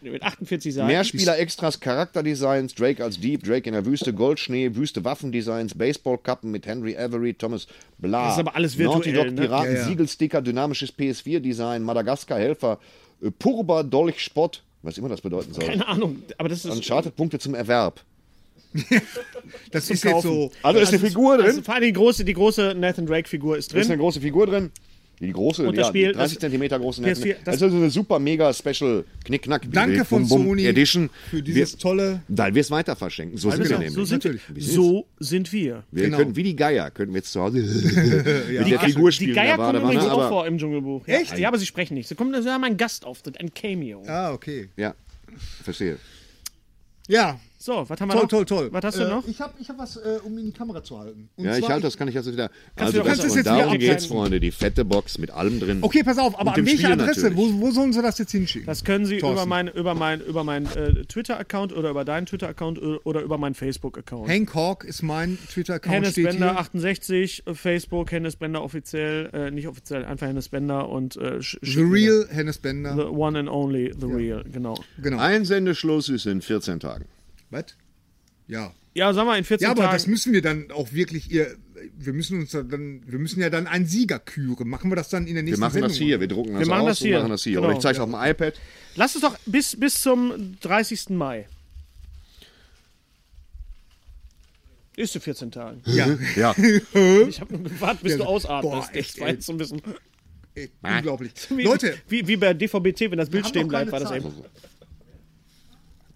Mit 48 Seiten. Mehrspieler-Extras, Charakterdesigns, Drake als Dieb, Drake in der Wüste, Goldschnee, Wüste Waffendesigns, Baseballkappen mit Henry Avery, Thomas Bla. Das ist aber alles Naughty virtuell, Dog, ne? Piraten, Ja, ja. Siegelsticker, dynamisches PS4-Design, Madagaskar-Helfer, äh, Purba, Dolch, Spott, was immer das bedeuten soll. Keine Ahnung, aber das ist. Uncharted-Punkte zum Erwerb. Das ist jetzt so. Also ist eine Figur drin. Also vor allem die große, die große Nathan Drake-Figur ist ist eine drin. große Figur drin. Die große, Und das ja, Spiel- die 30 das- cm große PS4, Netten. das- Das ist also eine super mega special Knickknack. Danke von Bum Bum Sony Edition. für dieses tolle. Weil wir es weiter verschenken. So sind wir genau, nämlich. So sind, Natürlich. so sind wir. wir genau. können, wie die Geier können wir jetzt zu Hause mit der Figur Die spielen. Geier da war, kommen da war, übrigens ne, auch aber, vor im Dschungelbuch. Ja, Echt? Ja, aber sie sprechen nicht. Sie, kommen, sie haben einen Gastauftritt, ein Cameo. Ah, okay. Ja, verstehe. Ja. So, was haben wir Toll, noch? toll, toll. Was hast du Äh, noch? Ich habe ich hab was, äh, um in die Kamera zu halten. Und ja, ich zwar- halte das, kann ich jetzt wieder. du Also doch- das, kannst du es und jetzt wieder darum geht's, abkleiden. Freunde. Die fette Box mit allem drin. Okay, pass auf, aber Und an dem welche Spiel Adresse? natürlich. Wo, wo sollen sie das jetzt hinschicken? Das können Sie über Thorsten. meinen über mein, über mein, äh, Twitter-Account oder über deinen Twitter-Account ö- oder über meinen Facebook-Account. Hank Hawk ist mein Twitter-Account. Hennes steht Bender hier. 68, äh, Facebook, Hennes Bender offiziell, äh, nicht offiziell, einfach Hennes Bender und äh, sch- The schicken mir Real Hennes das. The Bender. One and Only, The Real, genau. Genau. Einsendeschluss ist in 14 Tagen. Was? Ja. Ja, sag mal, in 14 Ja, aber das Tagen. müssen wir dann auch wirklich ihr. Wir müssen uns da dann, wir müssen ja dann einen Sieger küren. Machen wir das dann in der Wir nächsten machen Sendung? das hier, wir drucken das machen aus das und hier. machen das hier. Oder Genau. ich zeige es auf dem iPad. Lass es doch bis, bis zum 30. Mai. Ist in 14 Tagen. Ja. Ja, Ich habe nur gewartet, bis Ja, du boah, ausatmest. echt, das war jetzt so ein bisschen. Ey, unglaublich. Wie, Leute, Wie, wie bei DVB-T, wenn das Bild stehen bleibt, war das eben.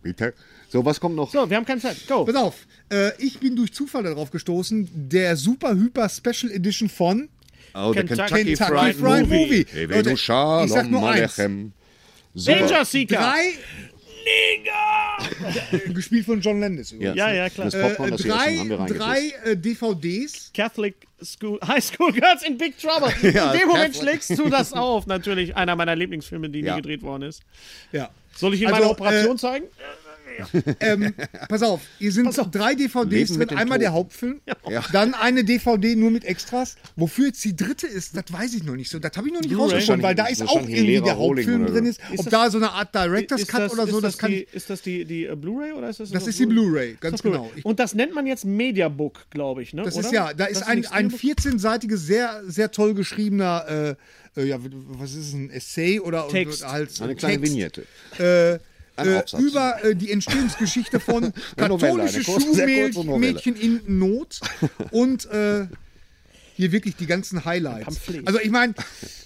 Bitte. So, was kommt noch? So, wir haben keine Zeit. Go. pass auf. Äh, ich bin durch Zufall darauf gestoßen, der Super Hyper Special Edition von Oh, der Kentucky Kentucky, Kentucky Fried, Fried Movie. Movie. Leute, Evenu ich sag Shalom nur eins. Alechem. Danger Seeker. drei. Äh, Gespielt von John Landis. übrigens. Ja, ja, klar. Das Popcorn, Äh, das wir essen, haben wir drei drei reingesetzt. äh, DVDs. Catholic School, High School Girls in Big Trouble. in dem Moment schlägst du das auf. Natürlich einer meiner Lieblingsfilme, die Ja. nie gedreht worden ist. Ja. Soll ich Ihnen Also, meine Operation äh, zeigen? Ähm, pass auf, hier sind drei DVDs Leben mit drin. dem Einmal Tod. der Hauptfilm, dann eine DVD nur mit Extras. Wofür jetzt die dritte ist, das weiß ich noch nicht so. Das habe ich noch nicht rausgefunden, weil da ist Wahrscheinlich- auch wahrscheinlich irgendwie Lehrer der Rowling Hauptfilm oder drin so. ist. Ob da so eine Art Director's Ist Cut oder ist so, das, kann die, ich. Ist das die, die äh, Blu-ray oder ist das Das nur ist die Blu-ray, ganz Ist das Blu-ray? genau. Ich- Und das nennt man jetzt Mediabook, glaube ich, ne? Das oder? ist ja, da ist Das ein, ein Steelbook? 14-seitiges, sehr, sehr toll geschriebener, äh, äh, ja, was ist es, ein Essay oder Text. oder halt so Eine kleine Text. Vignette. äh, Ein äh, Aufsatz. über äh, die Entstehungsgeschichte von Eine Novelle, katholische eine kurze- sehr kurze Novelle. Schulmädchen in Not und äh, hier wirklich die ganzen Highlights. Pamphlet. Also ich meine,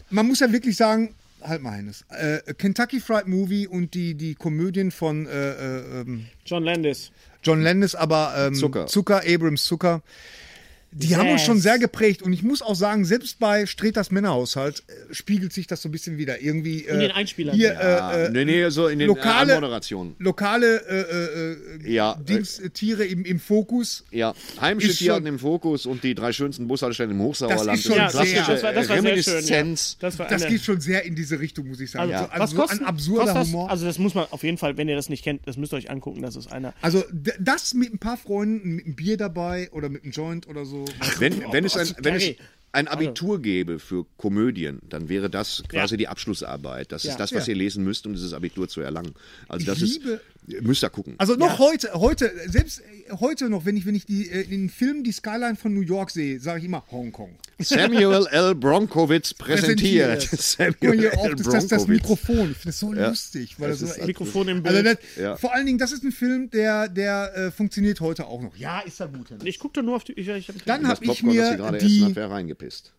man muss ja wirklich sagen, halt mal eines, äh, Kentucky Fried Movie und die, die Komödien von äh, äh, ähm, John Landis. John Landis, aber ähm, Zucker. Zucker, Abrams Zucker, die haben uns Yes. schon sehr geprägt und ich muss auch sagen, selbst bei Streters Männerhaushalt äh, spiegelt sich das so ein bisschen wieder. Irgendwie, äh, In den Einspielern. Hier, Ah, äh, äh, nee, nee, so in den lokale- lokale, Moderationen. lokale äh, äh, äh, Ja, Dings, äh, Tiere im, im Fokus. Ja, Ist heimische schon- Tierarten im Fokus und die drei schönsten Bushaltestellen im Hochsauerland. Das ist schon sehr- eine klassische das war- das war sehr schön, ja. Reminiszenz. Das war Das eine, geht schon sehr in diese Richtung, muss ich sagen. also, so, an, was so kostet, ein absurder kostet das? Humor. Also das muss man auf jeden Fall, wenn ihr das nicht kennt, das müsst ihr euch angucken, das ist einer. Also d- das mit ein paar Freunden, mit einem Bier dabei oder mit einem Joint oder so. Wenn, wenn, es ein, wenn es Terry. ein Also- Abitur gäbe für Komödien, dann wäre das quasi Ja. die Abschlussarbeit. Das Ja. ist das, was Ja. ihr lesen müsst, um dieses Abitur zu erlangen. Also das liebe- ist, ihr müsst da gucken. Also noch heute, heute, selbst äh, heute noch, wenn ich, wenn ich die, äh, in den Filmen die Skyline von New York sehe, sage ich immer Hongkong. Samuel L. Bronkowitz präsentiert. Guck mal Samuel hier L. auf, das, das, das Bronkowitz. Mikrofon. Ich finde das so lustig. Weil das das so ist halt echt- Mikrofon im Bild. also das, Ja. Vor allen Dingen, das ist ein Film, der, der äh, funktioniert heute auch noch. Ja, ist ja gut. Henrik. ich guckte nur auf die. Ich, ich hab, Dann Das habe ich Popcorn, das sie mir gerade essen, die hat wer reingepisst.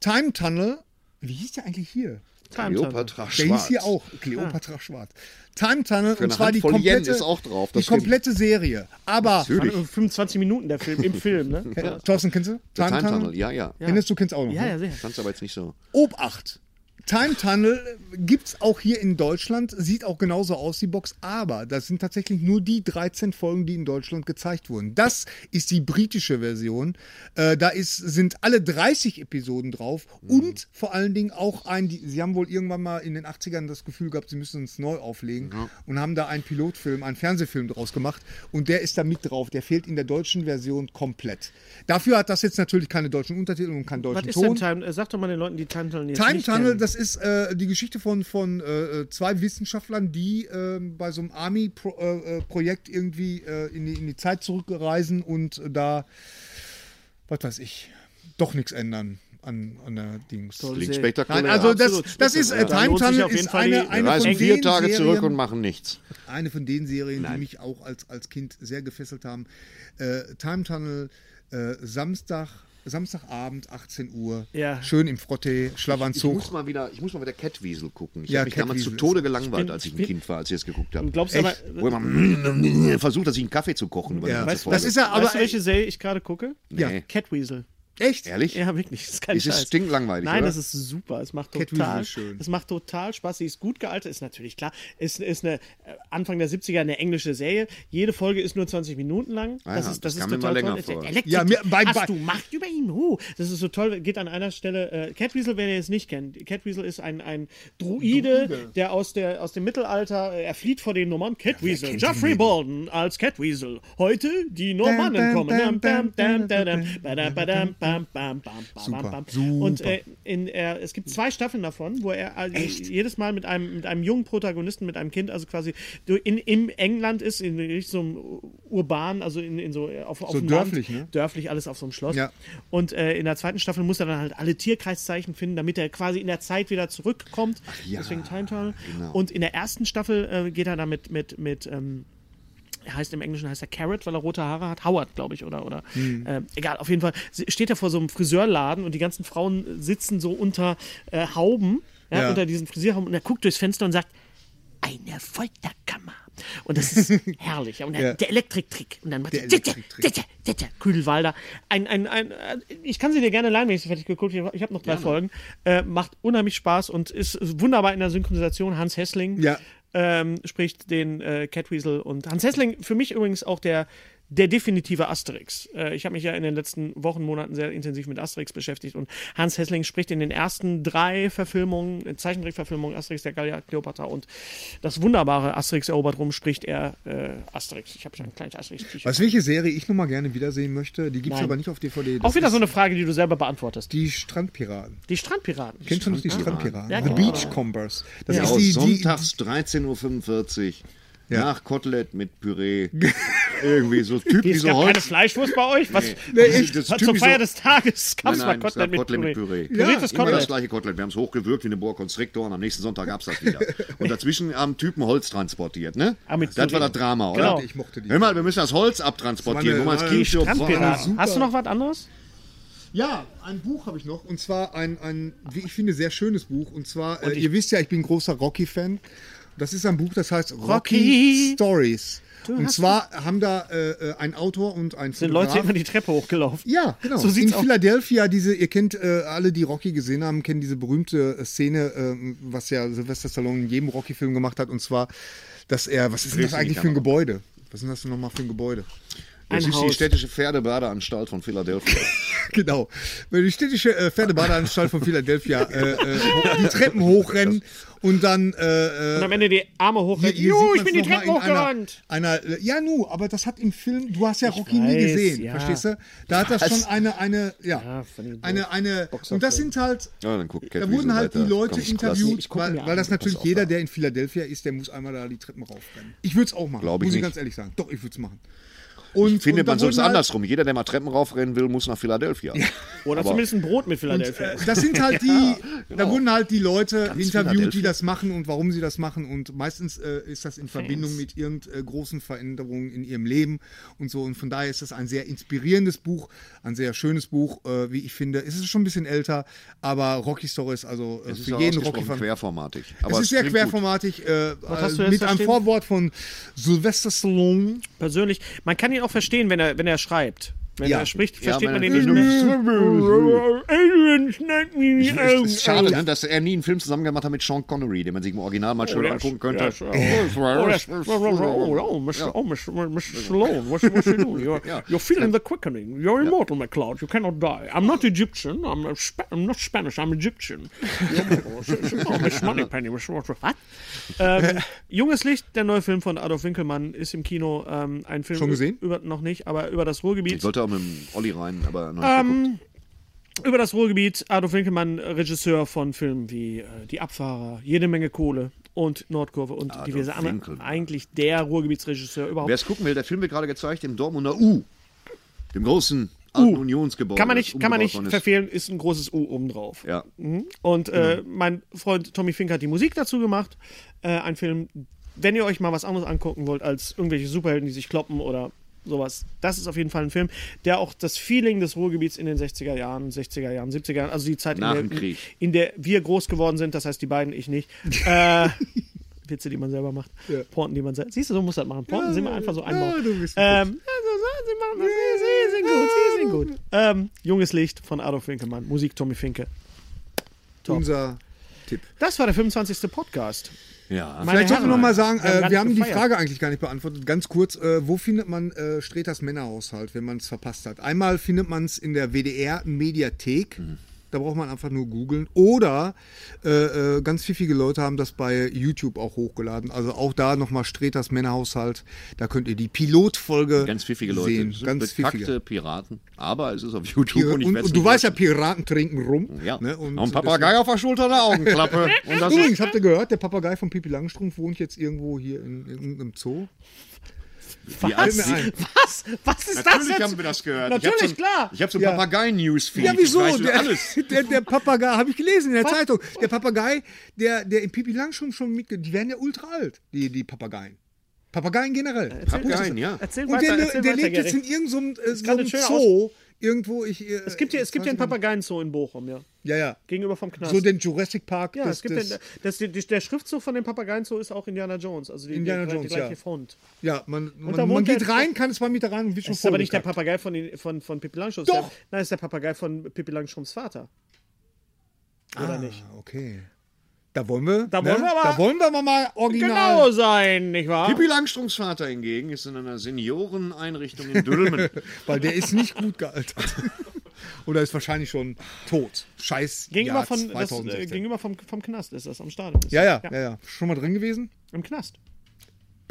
Time Tunnel. Wie hieß der eigentlich hier? Time Tunnel. Cleopatra Der Schwarz. hieß hier auch Cleopatra Schwarz. Time Tunnel eine und zwar die Handvoll Yen komplette, ist auch drauf, die das stimmt. komplette Serie. Aber Natürlich. Also 25 Minuten der Film, im Film, ne? Äh, Thorsten, kennst du? Der Time Tunnel, ja, ja. Ja. Kennst du, kennst auch noch. Ja, ne? ja, sehr. Kannst aber jetzt nicht so. Obacht. Time Tunnel gibt es auch hier in Deutschland, sieht auch genauso aus, die Box, aber das sind tatsächlich nur die 13 Folgen, die in Deutschland gezeigt wurden. Das ist die britische Version. Äh, da ist, sind alle 30 Episoden drauf und vor allen Dingen auch ein, die, sie haben wohl irgendwann mal in den 80ern das Gefühl gehabt, sie müssen es neu auflegen und haben da einen Pilotfilm, einen Fernsehfilm draus gemacht und der ist da mit drauf. Der fehlt in der deutschen Version komplett. Dafür hat das jetzt natürlich keine deutschen Untertitel und keinen Was deutschen ist Ton. denn Time? äh, Sag doch mal den Leuten, die Time Tunnel jetzt Time nicht Tunnel, kennen. das ist äh, die Geschichte von, von äh, zwei Wissenschaftlern, die ähm, bei so einem Army-Projekt äh, Projekt irgendwie äh, in, die, in die Zeit zurückreisen und äh, da, was weiß ich, doch nichts ändern an, an der Dings. Klingt sehr- spektakulär. Nein, also das, Absolut. das ist äh, Ja. Da Time lohnt sich Tunnel auf jeden ist Fall eine, die- Wir eine, reisen von vier den Tage zurück und Serien, machen nichts. eine von den Serien, die mich auch als, als Kind sehr gefesselt haben. Äh, Time Tunnel, äh, Samstag, Samstagabend, 18 Uhr, Ja. schön im Frotte, Ich Schlawanzug. muss mal wieder, ich muss mal wieder Catwiesel gucken. Ich Ja, habe mich damals zu Catwiesel Tode gelangweilt, bin- als ich ein bin- Kind war, als ich es geguckt habe. Und glaubst du aber, Echt? Wo immer versucht, dass ich einen Kaffee zu kochen. über die Ja. ganze Weißt- Folge. das ist ja aber aber weißt du, welche Serie ich gerade gucke? Nee. Catweasel. echt Ehrlich? Ja, wirklich. Das ist kein Es ist Scheiß. stinklangweilig, Nein, oder? das ist super. Es macht Catweasel total, ist schön. es macht total Spaß. Sie ist gut gealtert, ist natürlich klar. Ist, ist eine äh, Anfang der 70er eine englische Serie. Jede Folge ist nur 20 Minuten lang. Ah das ja, ist, das das ist kam mir total mal toll. länger vor. Elektrik, Ja, mir- bei- bei- hast du Macht über ihn? Huh. Das ist so toll. Geht an einer Stelle. Äh, Catweasel, wenn ihr es nicht kennt. Catweasel ist ein, ein Druide, der aus, der aus dem Mittelalter, äh, er flieht vor den Normannen. Catweasel, Geoffrey Bolden als Catweasel. Heute die Bam, Normannen kommen. bam, bam, bam, Dam, dam, dam, badam, badam, bam, bam, bam, bam, bam, bam. super. Und äh, in, äh, es gibt zwei Staffeln davon, wo er also jedes Mal mit einem, mit einem jungen Protagonisten, mit einem Kind, also quasi du- in, im England ist, in richtig so einem urban, also in, in so äh, auf, auf So dem dörflich, Land, ne? dörflich alles auf so einem Schloss. Ja. Und äh, in der zweiten Staffel muss er dann halt alle Tierkreiszeichen finden, damit er quasi in der Zeit wieder zurückkommt. Genau. Deswegen Time Tunnel. Und in der ersten Staffel äh, geht er dann mit, mit, mit ähm, heißt im Englischen heißt er Carrot, weil er rote Haare hat. Howard, glaube ich, oder oder. Hm. Ähm, egal, auf jeden Fall steht er vor so einem Friseurladen und die ganzen Frauen sitzen so unter äh, Hauben, ja, Ja. unter diesen Frisierhauben und er guckt durchs Fenster und sagt eine Folterkammer. Und das ist herrlich. Ja, Und der, Ja. der Elektriktrick. Und dann macht Der er Titte, Elektriktrick. Titte, Titte, Kühlwalder. Ein, ein, ein, äh, ich kann sie dir gerne leihen, wenn ich sie fertig geguckt habe. Ich habe noch drei Folgen. Äh, macht unheimlich Spaß und ist wunderbar in der Synchronisation. Hans Hessling Ja. ähm, spricht den äh, Catweasel. Und Hans Hessling, für mich übrigens auch der, der definitive Asterix. Äh, ich habe mich ja in den letzten Wochen, Monaten sehr intensiv mit Asterix beschäftigt. Und Hans Hessling spricht in den ersten drei Verfilmungen, äh, Zeichentrickverfilmungen, Asterix, der Gallier, Kleopatra und das wunderbare Asterix erobert rum, spricht er äh, Asterix. Ich habe ja ein kleines Asterix-T-Shirt. Weißt du, welche Serie ich nochmal gerne wiedersehen möchte? Die gibt es Nein. aber nicht auf DVD. Das Auch wieder ist so eine Frage, die du selber beantwortest. Die, Die Strandpiraten. Strandpiraten. Kennst du noch die Strandpiraten? Ja, genau. The klar. Beach Combers. Das Ja, ist die, die, sonntags 13.45 Uhr. Nach Kotelett mit Püree. Irgendwie so Hier typisch ist so gar keine Holz. Fleischwurst bei euch? Was, echt, das was ist zur typisch Feier so- des Tages gab Nein, es mal nein, es Kotelett mit gab Kotelett Püree. mit Püree. Püriertes Immer das Kotelett. gleiche Kotelett. Wir haben es hochgewürgt wie eine Boa Constrictor und am nächsten Sonntag gab es das wieder. Und dazwischen haben Typen Holz transportiert, ne? Ah, mit das war Püree. das Drama, oder? Genau. Ich mochte die. Hör mal, wir müssen das Holz abtransportieren. Das war eine- äh, Guck mal, Die das Kirche- Strandpiraten. Hast du noch was anderes? Ja, ein Buch habe ich noch. Und zwar ein, ein, wie ich finde, sehr schönes Buch. Und zwar, äh, ihr wisst ja, ich bin großer Rocky-Fan. Das ist ein Buch, das heißt Rocky, Rocky. Stories. Und zwar haben da äh, äh, ein Autor und ein Sind Fotograf- Leute immer die Treppe hochgelaufen? Ja, genau. So in sieht's aus. Philadelphia, diese, ihr kennt äh, alle, die Rocky gesehen haben, kennen diese berühmte äh, Szene, ähm, was ja Sylvester Stallone in jedem Rocky-Film gemacht hat, und zwar, dass er, was ist denn das Drehst du die eigentlich für ein Gebäude? Was ist denn das denn nochmal für ein Gebäude? Das Ein ist die Haus. städtische Pferdebadeanstalt von Philadelphia. Genau. Wenn die städtische äh, Pferdebadeanstalt von Philadelphia äh, äh, ho- die Treppen hochrennen und dann. Äh, Und äh, am Ende die Arme hier- hochrennen. hier Juhu, sieht ich bin man's die Treppe noch mal in hochgerannt. Einer, einer, äh, ja, nu, aber das hat im Film, du hast ja Rocky nie weiß, gesehen, ja. verstehst du? Da hat das schon eine, eine, ja, von den eine, eine, und das sind halt, Ja, dann guckt Cat da wurden Wiesel halt die weiter. Leute Komm, ich klasse. interviewt, Ich guck weil, mir weil an. das natürlich jeder, der in Philadelphia ist, der muss einmal da die Treppen raufrennen. Ich würde es auch machen, Glaub ich muss ich nicht. ganz ehrlich sagen. Doch, ich würde es machen. Und, Findet und da man sonst wurden halt- andersrum. Jeder, der mal Treppen raufrennen will, muss nach Philadelphia. Oder Aber- zumindest ein Brot mit Philadelphia. genau. Das sind halt die, da wurden halt die Leute interviewt, die Philadelphia. das machen und warum sie das machen. Und meistens äh, ist das in Verbindung mit irgend äh, großen Veränderungen in ihrem Leben und so. Und von daher ist das ein sehr inspirierendes Buch, ein sehr schönes Buch, äh, wie ich finde. Es ist schon ein bisschen älter, aber Rocky Story ist also äh, Das ist für ja jeden ausgesprochen Rocky-Fan. querformatig. Es Aber ist sehr klingt gut. querformatig, äh, hast du äh, jetzt mit da einem stehen? Vorwort von Sylvester Stallone. Persönlich. Man kann ihn auch verstehen, wenn er, wenn er schreibt. Wenn Ja. er spricht, Ja, versteht wenn man er- den nicht mehr. Alien, schneid mir die Augen Es ist Äh. schade, ne, dass er nie einen Film zusammen gemacht hat mit Sean Connery, den man sich im Original mal schön angucken könnte. Oh, Yes, yes. Oh, yes. Oh, oh, Mr. Oh, Mr. Mr. Stallone, what, what you doing? You're, you're feeling the quickening. You're immortal, McCloud. You cannot die. I'm not Egyptian. I'm, a Spa I'm not Spanish. I'm Egyptian. You're immortal. oh, Miss Moneypenny. Miss Walter. Was? Ähm, Junges Licht, der neue Film von Adolf Winkelmann, ist im Kino. Ähm, ein Film Schon gesehen? Über, noch nicht, aber über das Ruhrgebiet. Ich wollte auch mit dem Olli rein, aber noch Ähm. nicht geguckt. Über das Ruhrgebiet, Adolf Winkelmann, Regisseur von Filmen wie äh, Die Abfahrer, Jede Menge Kohle und Nordkurve und diverse andere. Winkelmann. Eigentlich der Ruhrgebietsregisseur überhaupt. Wer es gucken will, der Film wird gerade gezeigt im Dortmunder U. Dem großen alten Unionsgebäude. Kann man das nicht, kann man umgebaut nicht worden ist. verfehlen, ist ein großes U obendrauf. Ja. Mhm. Und Genau. äh, mein Freund Tommy Fink hat die Musik dazu gemacht. Äh, ein Film, wenn ihr euch mal was anderes angucken wollt als irgendwelche Superhelden, die sich kloppen oder sowas, das ist auf jeden Fall ein Film, der auch das Feeling des Ruhrgebiets in den 60er Jahren, 60er Jahren, 70er Jahren, also die Zeit, Nach in, dem der, Krieg. in der wir groß geworden sind, das heißt die beiden, ich nicht. Äh, Witze, die man selber macht. Porten, die man selber. Siehst du, so muss das machen. Porten sind wir einfach so einbauen. du bist ein ähm, also, so, sie machen das. Sie, sie sind gut, sie sind gut. Ähm, Junges Licht von Adolf Winkelmann. Musik Tommy Finke. Top. Unser Tipp. Das war der 25. Podcast. Ja. Meine Vielleicht sollten wir Herren, nochmal sagen, haben wir, gar äh, nicht wir haben die gefeiert. Frage eigentlich gar nicht beantwortet. Ganz kurz, äh, wo findet man äh, Streters Männerhaushalt, wenn man es verpasst hat? Einmal findet man es in der WDR-Mediathek. Mhm. Da braucht man einfach nur googeln. Oder äh, äh, ganz pfiffige Leute haben das bei YouTube auch hochgeladen. Also auch da nochmal Streters Männerhaushalt. Da könnt ihr die Pilotfolge Ganz pfiffige Leute. sehen. Sind Ganz pfiffige. bekackte Piraten. Aber es ist auf YouTube Pir- und Und, ich und, werd's du nicht weißt ja, löschen. Piraten trinken rum. ja. Ne? Und, ein Papagei auf der Schulter, eine Augenklappe. und das ist Übrigens, habt ihr gehört, der Papagei von Pipi Langstrumpf wohnt jetzt irgendwo hier in irgendeinem Zoo? die Fällt mir ein. Was? Was ist das Natürlich jetzt? haben wir das gehört. Natürlich, ich hab so ein- klar. Ich habe so ein Ja. Papagei-Newsfeed. Ja, wieso? Ich weiß der, alles. Der, der Papagei, habe ich gelesen in der Zeitung. Der Papagei, der, der im Pipi Langstrumpf schon mitge... Die werden ja ultra alt, die, die Papageien. Papageien generell. Papageien, ja. Erzähl Und weiter, der, erzähl der weiter, lebt jetzt Gerrit. in irgendeinem äh, so kann einem das schön Zoo. Irgendwo, ich. Äh, Es gibt ja, es gibt ja einen Papageienzoo in Bochum, ja. Ja, ja. Gegenüber vom Knast. So den Jurassic Park. ja, des, es gibt des, den, das, die, die, der Schriftzug von dem Papageienzoo ist auch Indiana Jones. Also die, Indiana die, Jones, die gleiche ja. Front. ja, man, da man, wohnt man der- geht rein, kann es mal mit da rein und wird schon Das ist aber nicht der vollgekackt. Papagei von, den- von, von Pippi Langstrumpf. Doch! Der, nein, ist der Papagei von Pippi Langstrumpfs Vater. Oder nicht? Ah, okay. Da wollen wir. Da ne? wollen wir aber- Da wollen wir aber mal original. Genau sein, nicht wahr? Pippi Langstrumpfs Vater hingegen ist in einer Senioreneinrichtung in Dülmen. Genau. Weil der ist nicht gut gealtert. Oder ist wahrscheinlich schon tot. Scheiß. Gegenüber, Jahr von, das, äh, 2016. gegenüber vom, vom Knast ist das, am Stadion. Ist ja, ja, das. ja, ja. Schon mal drin gewesen? Im Knast.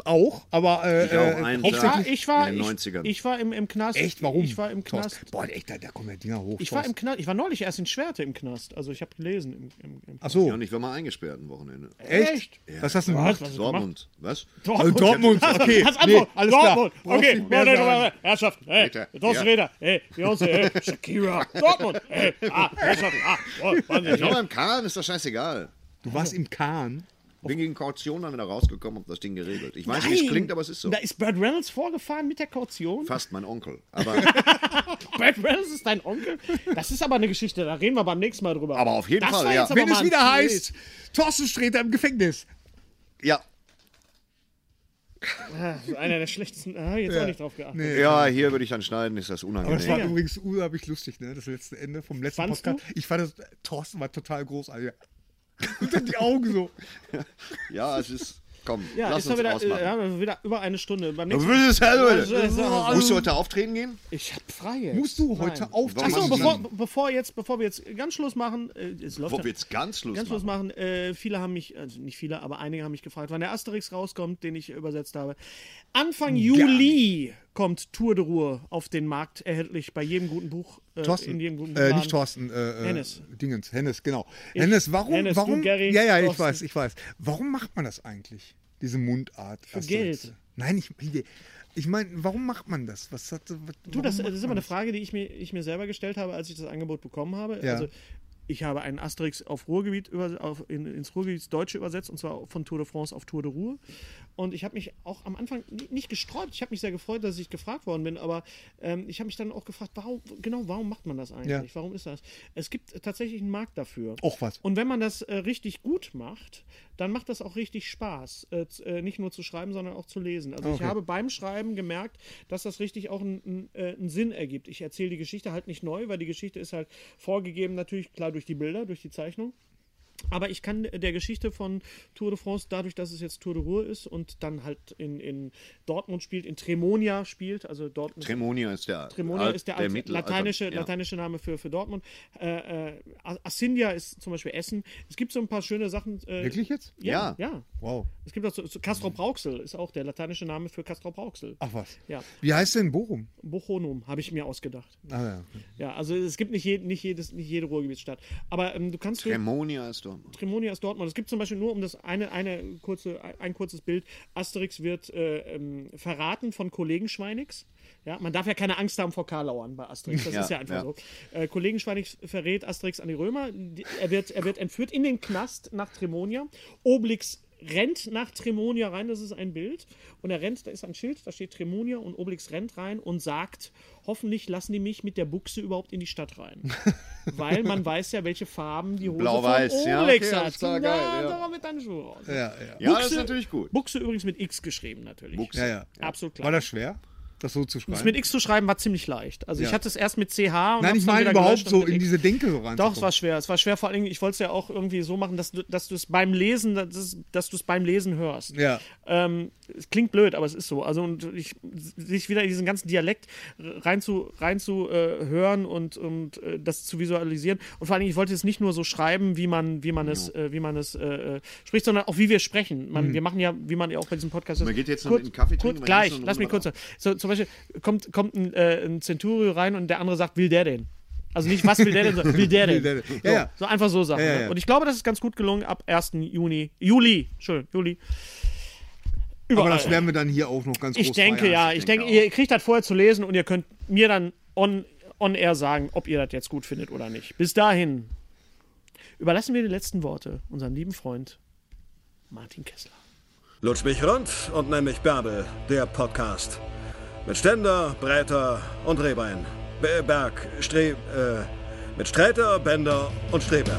Auch, aber äh, auch äh, einen Ja, hauptsächlich. ich war, in den ich, 90ern. ich war im, im Knast. Echt, warum? Ich war im Thorsten? Knast. Boah, echt, da, da kommen ja Dinger hoch. Ich war im Knast. Ich war neulich erst in Schwerte im Knast. Also ich habe gelesen. Im, im, im Achso, Ja, und ich war mal eingesperrt am Wochenende. echt? Was hast du denn gemacht? Was hast du gemacht? Dortmund. Was? Also Dortmund, okay. Hast nee, Antwort. alles klar. Dortmund. Brauchst Okay. nicht mehr Warte, warte, sagen. warte. Herrschaft. Hey, Bitte. Thorsten Ja. Reder. Hey, Beyoncé. Hey, Shakira. Dortmund. Hey, ah, Herrschaft. Ah, oh, Ich war Wahnsinn. beim Kahn, ist doch scheißegal. Du warst im Kahn. Bin gegen Kaution dann wieder rausgekommen, hab das Ding geregelt. Ich weiß, wie es klingt, aber es ist so. Da ist Burt Reynolds vorgefahren mit der Kaution. Fast mein Onkel. Aber, Burt Reynolds ist dein Onkel? Das ist aber eine Geschichte, da reden wir beim nächsten Mal drüber. aber auf jeden das Fall, war ja. jetzt aber Wenn mal es ein wieder Tweet. heißt, Thorsten Sträter im Gefängnis. Ja, Einer der schlechtesten. Ah, jetzt auch nicht drauf geachtet. ja, hier würde ich dann schneiden, ist das Aber das war unangenehm. übrigens unheimlich lustig, ne? Das letzte Ende vom letzten Fandst Podcast. Ich fand das, Thorsten war total großartig. Und dann die Augen so. Ja, es ist. Komm, Ja, lass ist doch uns wieder, äh, ausmachen. haben wir wieder über eine Stunde. Beim Du nächsten willst es, Helmut. Also, also, also. Musst du heute auftreten gehen? Ich hab freie. Musst du heute Warum auftreten? Achso, machst du bevor, bevor, jetzt, bevor wir jetzt ganz Schluss machen, äh, es läuft Wo ja, wir jetzt ganz Lust ganz Schluss machen. machen, äh, viele haben mich, also nicht viele, aber einige haben mich gefragt, wann der Asterix rauskommt, den ich übersetzt habe. Anfang Juli kommt Tour de Ruhr auf den Markt, erhältlich bei jedem guten Buch. Äh, Thorsten, in jedem guten äh, Laden. nicht Thorsten, äh, äh, Hennes. Dingens, Hennes, genau. Hennes, warum, Hennes, du, warum, Gary, ja, ja, ich Thorsten. weiß, ich weiß. Warum macht man das eigentlich, diese Mundart? Für Geld. Nein, ich, ich meine, warum macht man das? Was hat, was, Du, warum das, macht das ist immer man eine Frage, die ich mir, ich mir selber gestellt habe, als ich das Angebot bekommen habe. Ja. Also, ich habe einen Asterix auf Ruhrgebiet über, auf, in, ins Ruhrgebiet Deutsche übersetzt, und zwar von Tour de France auf Tour de Ruhr. Und ich habe mich auch am Anfang ni- nicht gesträubt. Ich habe mich sehr gefreut, dass ich gefragt worden bin, aber ähm, ich habe mich dann auch gefragt, warum, genau, warum macht man das eigentlich? Ja. Warum ist das? Es gibt tatsächlich einen Markt dafür. Och was. Und wenn man das äh, richtig gut macht, dann macht das auch richtig Spaß, äh, z- äh, nicht nur zu schreiben, sondern auch zu lesen. Also ich Okay. habe beim Schreiben gemerkt, dass das richtig auch einen- einen äh, einen Sinn ergibt. Ich erzähle die Geschichte halt nicht neu, weil die Geschichte ist halt vorgegeben, natürlich klar durch die Bilder, durch die Zeichnung. Aber ich kann äh, der Geschichte von Tour de France, dadurch, dass es jetzt Tour de Ruhr ist und dann halt in, in Dortmund spielt, in Tremonia spielt, also Dortmund Tremonia ist der. Cremona Alt- ist der, alte Mittelalter- Genau. lateinische, ja. lateinische Name für, für Dortmund. Äh, äh, Assindia ist zum Beispiel Essen. Es gibt so ein paar schöne Sachen. Äh, Wirklich Ah. jetzt? Ja, Ja. ja. Wow. Es gibt auch so, so Castro Brauxel ist auch der lateinische Name für Castro Brauxel. Ach was. Ja. Wie heißt denn Bochum? Bochonum habe ich mir ausgedacht. Ah, ja. Ja, also es gibt nicht, je, nicht, jedes, nicht jede Ruhrgebietsstadt. Aber ähm, du kannst durch- Tremonia ist doch. Tremonia ist Dortmund. Es gibt zum Beispiel nur um das eine, eine kurze, ein kurzes Bild. Asterix wird äh, ähm, verraten von Kollegen Schweinix. Ja, man darf ja keine Angst haben vor Karlauern bei Asterix. Das Ja, ist ja einfach ja. so. Äh, Kollegen Schweinix verrät Asterix an die Römer. Die- Er wird, er wird entführt in den Knast nach Tremonia. Obelix rennt nach Tremonia rein, das ist ein Bild. Und er rennt, da ist ein Schild, da steht Tremonia und Obelix rennt rein und sagt, hoffentlich lassen die mich mit der Buchse überhaupt in die Stadt rein. Weil man weiß ja, welche Farben die Hose Blau-Weiß, von ja, Obelix okay, hat. alles klar, Na, geil, ja. da mit deinen Schuhen raus. Ja, ja. Ja, das ist natürlich gut. Buchse übrigens mit X geschrieben, natürlich. Buchse. ja, ja. Absolut klar. War das schwer, das so zu Das schreiben? mit X zu schreiben war ziemlich leicht. Also ich Ja. hatte es erst mit CH und hab's Nein, ich dann meine wieder überhaupt gelöscht und so mit in X. diese Denke so rein. Doch, es war schwer. Es war schwer, vor allem, ich wollte es ja auch irgendwie so machen, dass du, dass du es beim Lesen, dass es- dass du es beim Lesen hörst. Ja. Ähm, es klingt blöd, aber es ist so. Also und ich, sich wieder in diesen ganzen Dialekt rein zu, rein zu äh, hören und, und äh, das zu visualisieren. Und vor allem, ich wollte es nicht nur so schreiben, wie man, wie man es, äh, wie man es äh, äh, spricht, sondern auch wie wir sprechen. Man, Wir machen ja, wie man ja auch bei diesem Podcast Man geht jetzt noch kurz- mit einem Kaffee trinken, kurz, man Gleich, geht noch lass mich eine kurz. Runde So, zum Beispiel kommt, kommt ein, äh, ein Centurio rein und der andere sagt, will der denn? Also nicht, was will der denn, sondern will der Will denn? der denn? So, Ja, ja. so einfach so Sachen. Ja, ja, ne? ja. Und ich glaube, das ist ganz gut gelungen ab 1. Juni, Juli, Entschuldigung, Juli. Aber Überall. das werden wir dann hier auch noch ganz äh, ich groß denke feiern. ja, ich denke, ihr kriegt das vorher zu lesen und ihr könnt mir dann on, on air sagen, ob ihr das jetzt gut findet oder nicht. Bis dahin überlassen wir die letzten Worte unserem lieben Freund Martin Kessler. Lutsch mich rund und nenn mich Bärbel, der Podcast. Mit Ständer, Breiter und Rehbein. Be- Berg, Stre... Äh, mit Streiter, Bender und Streberg.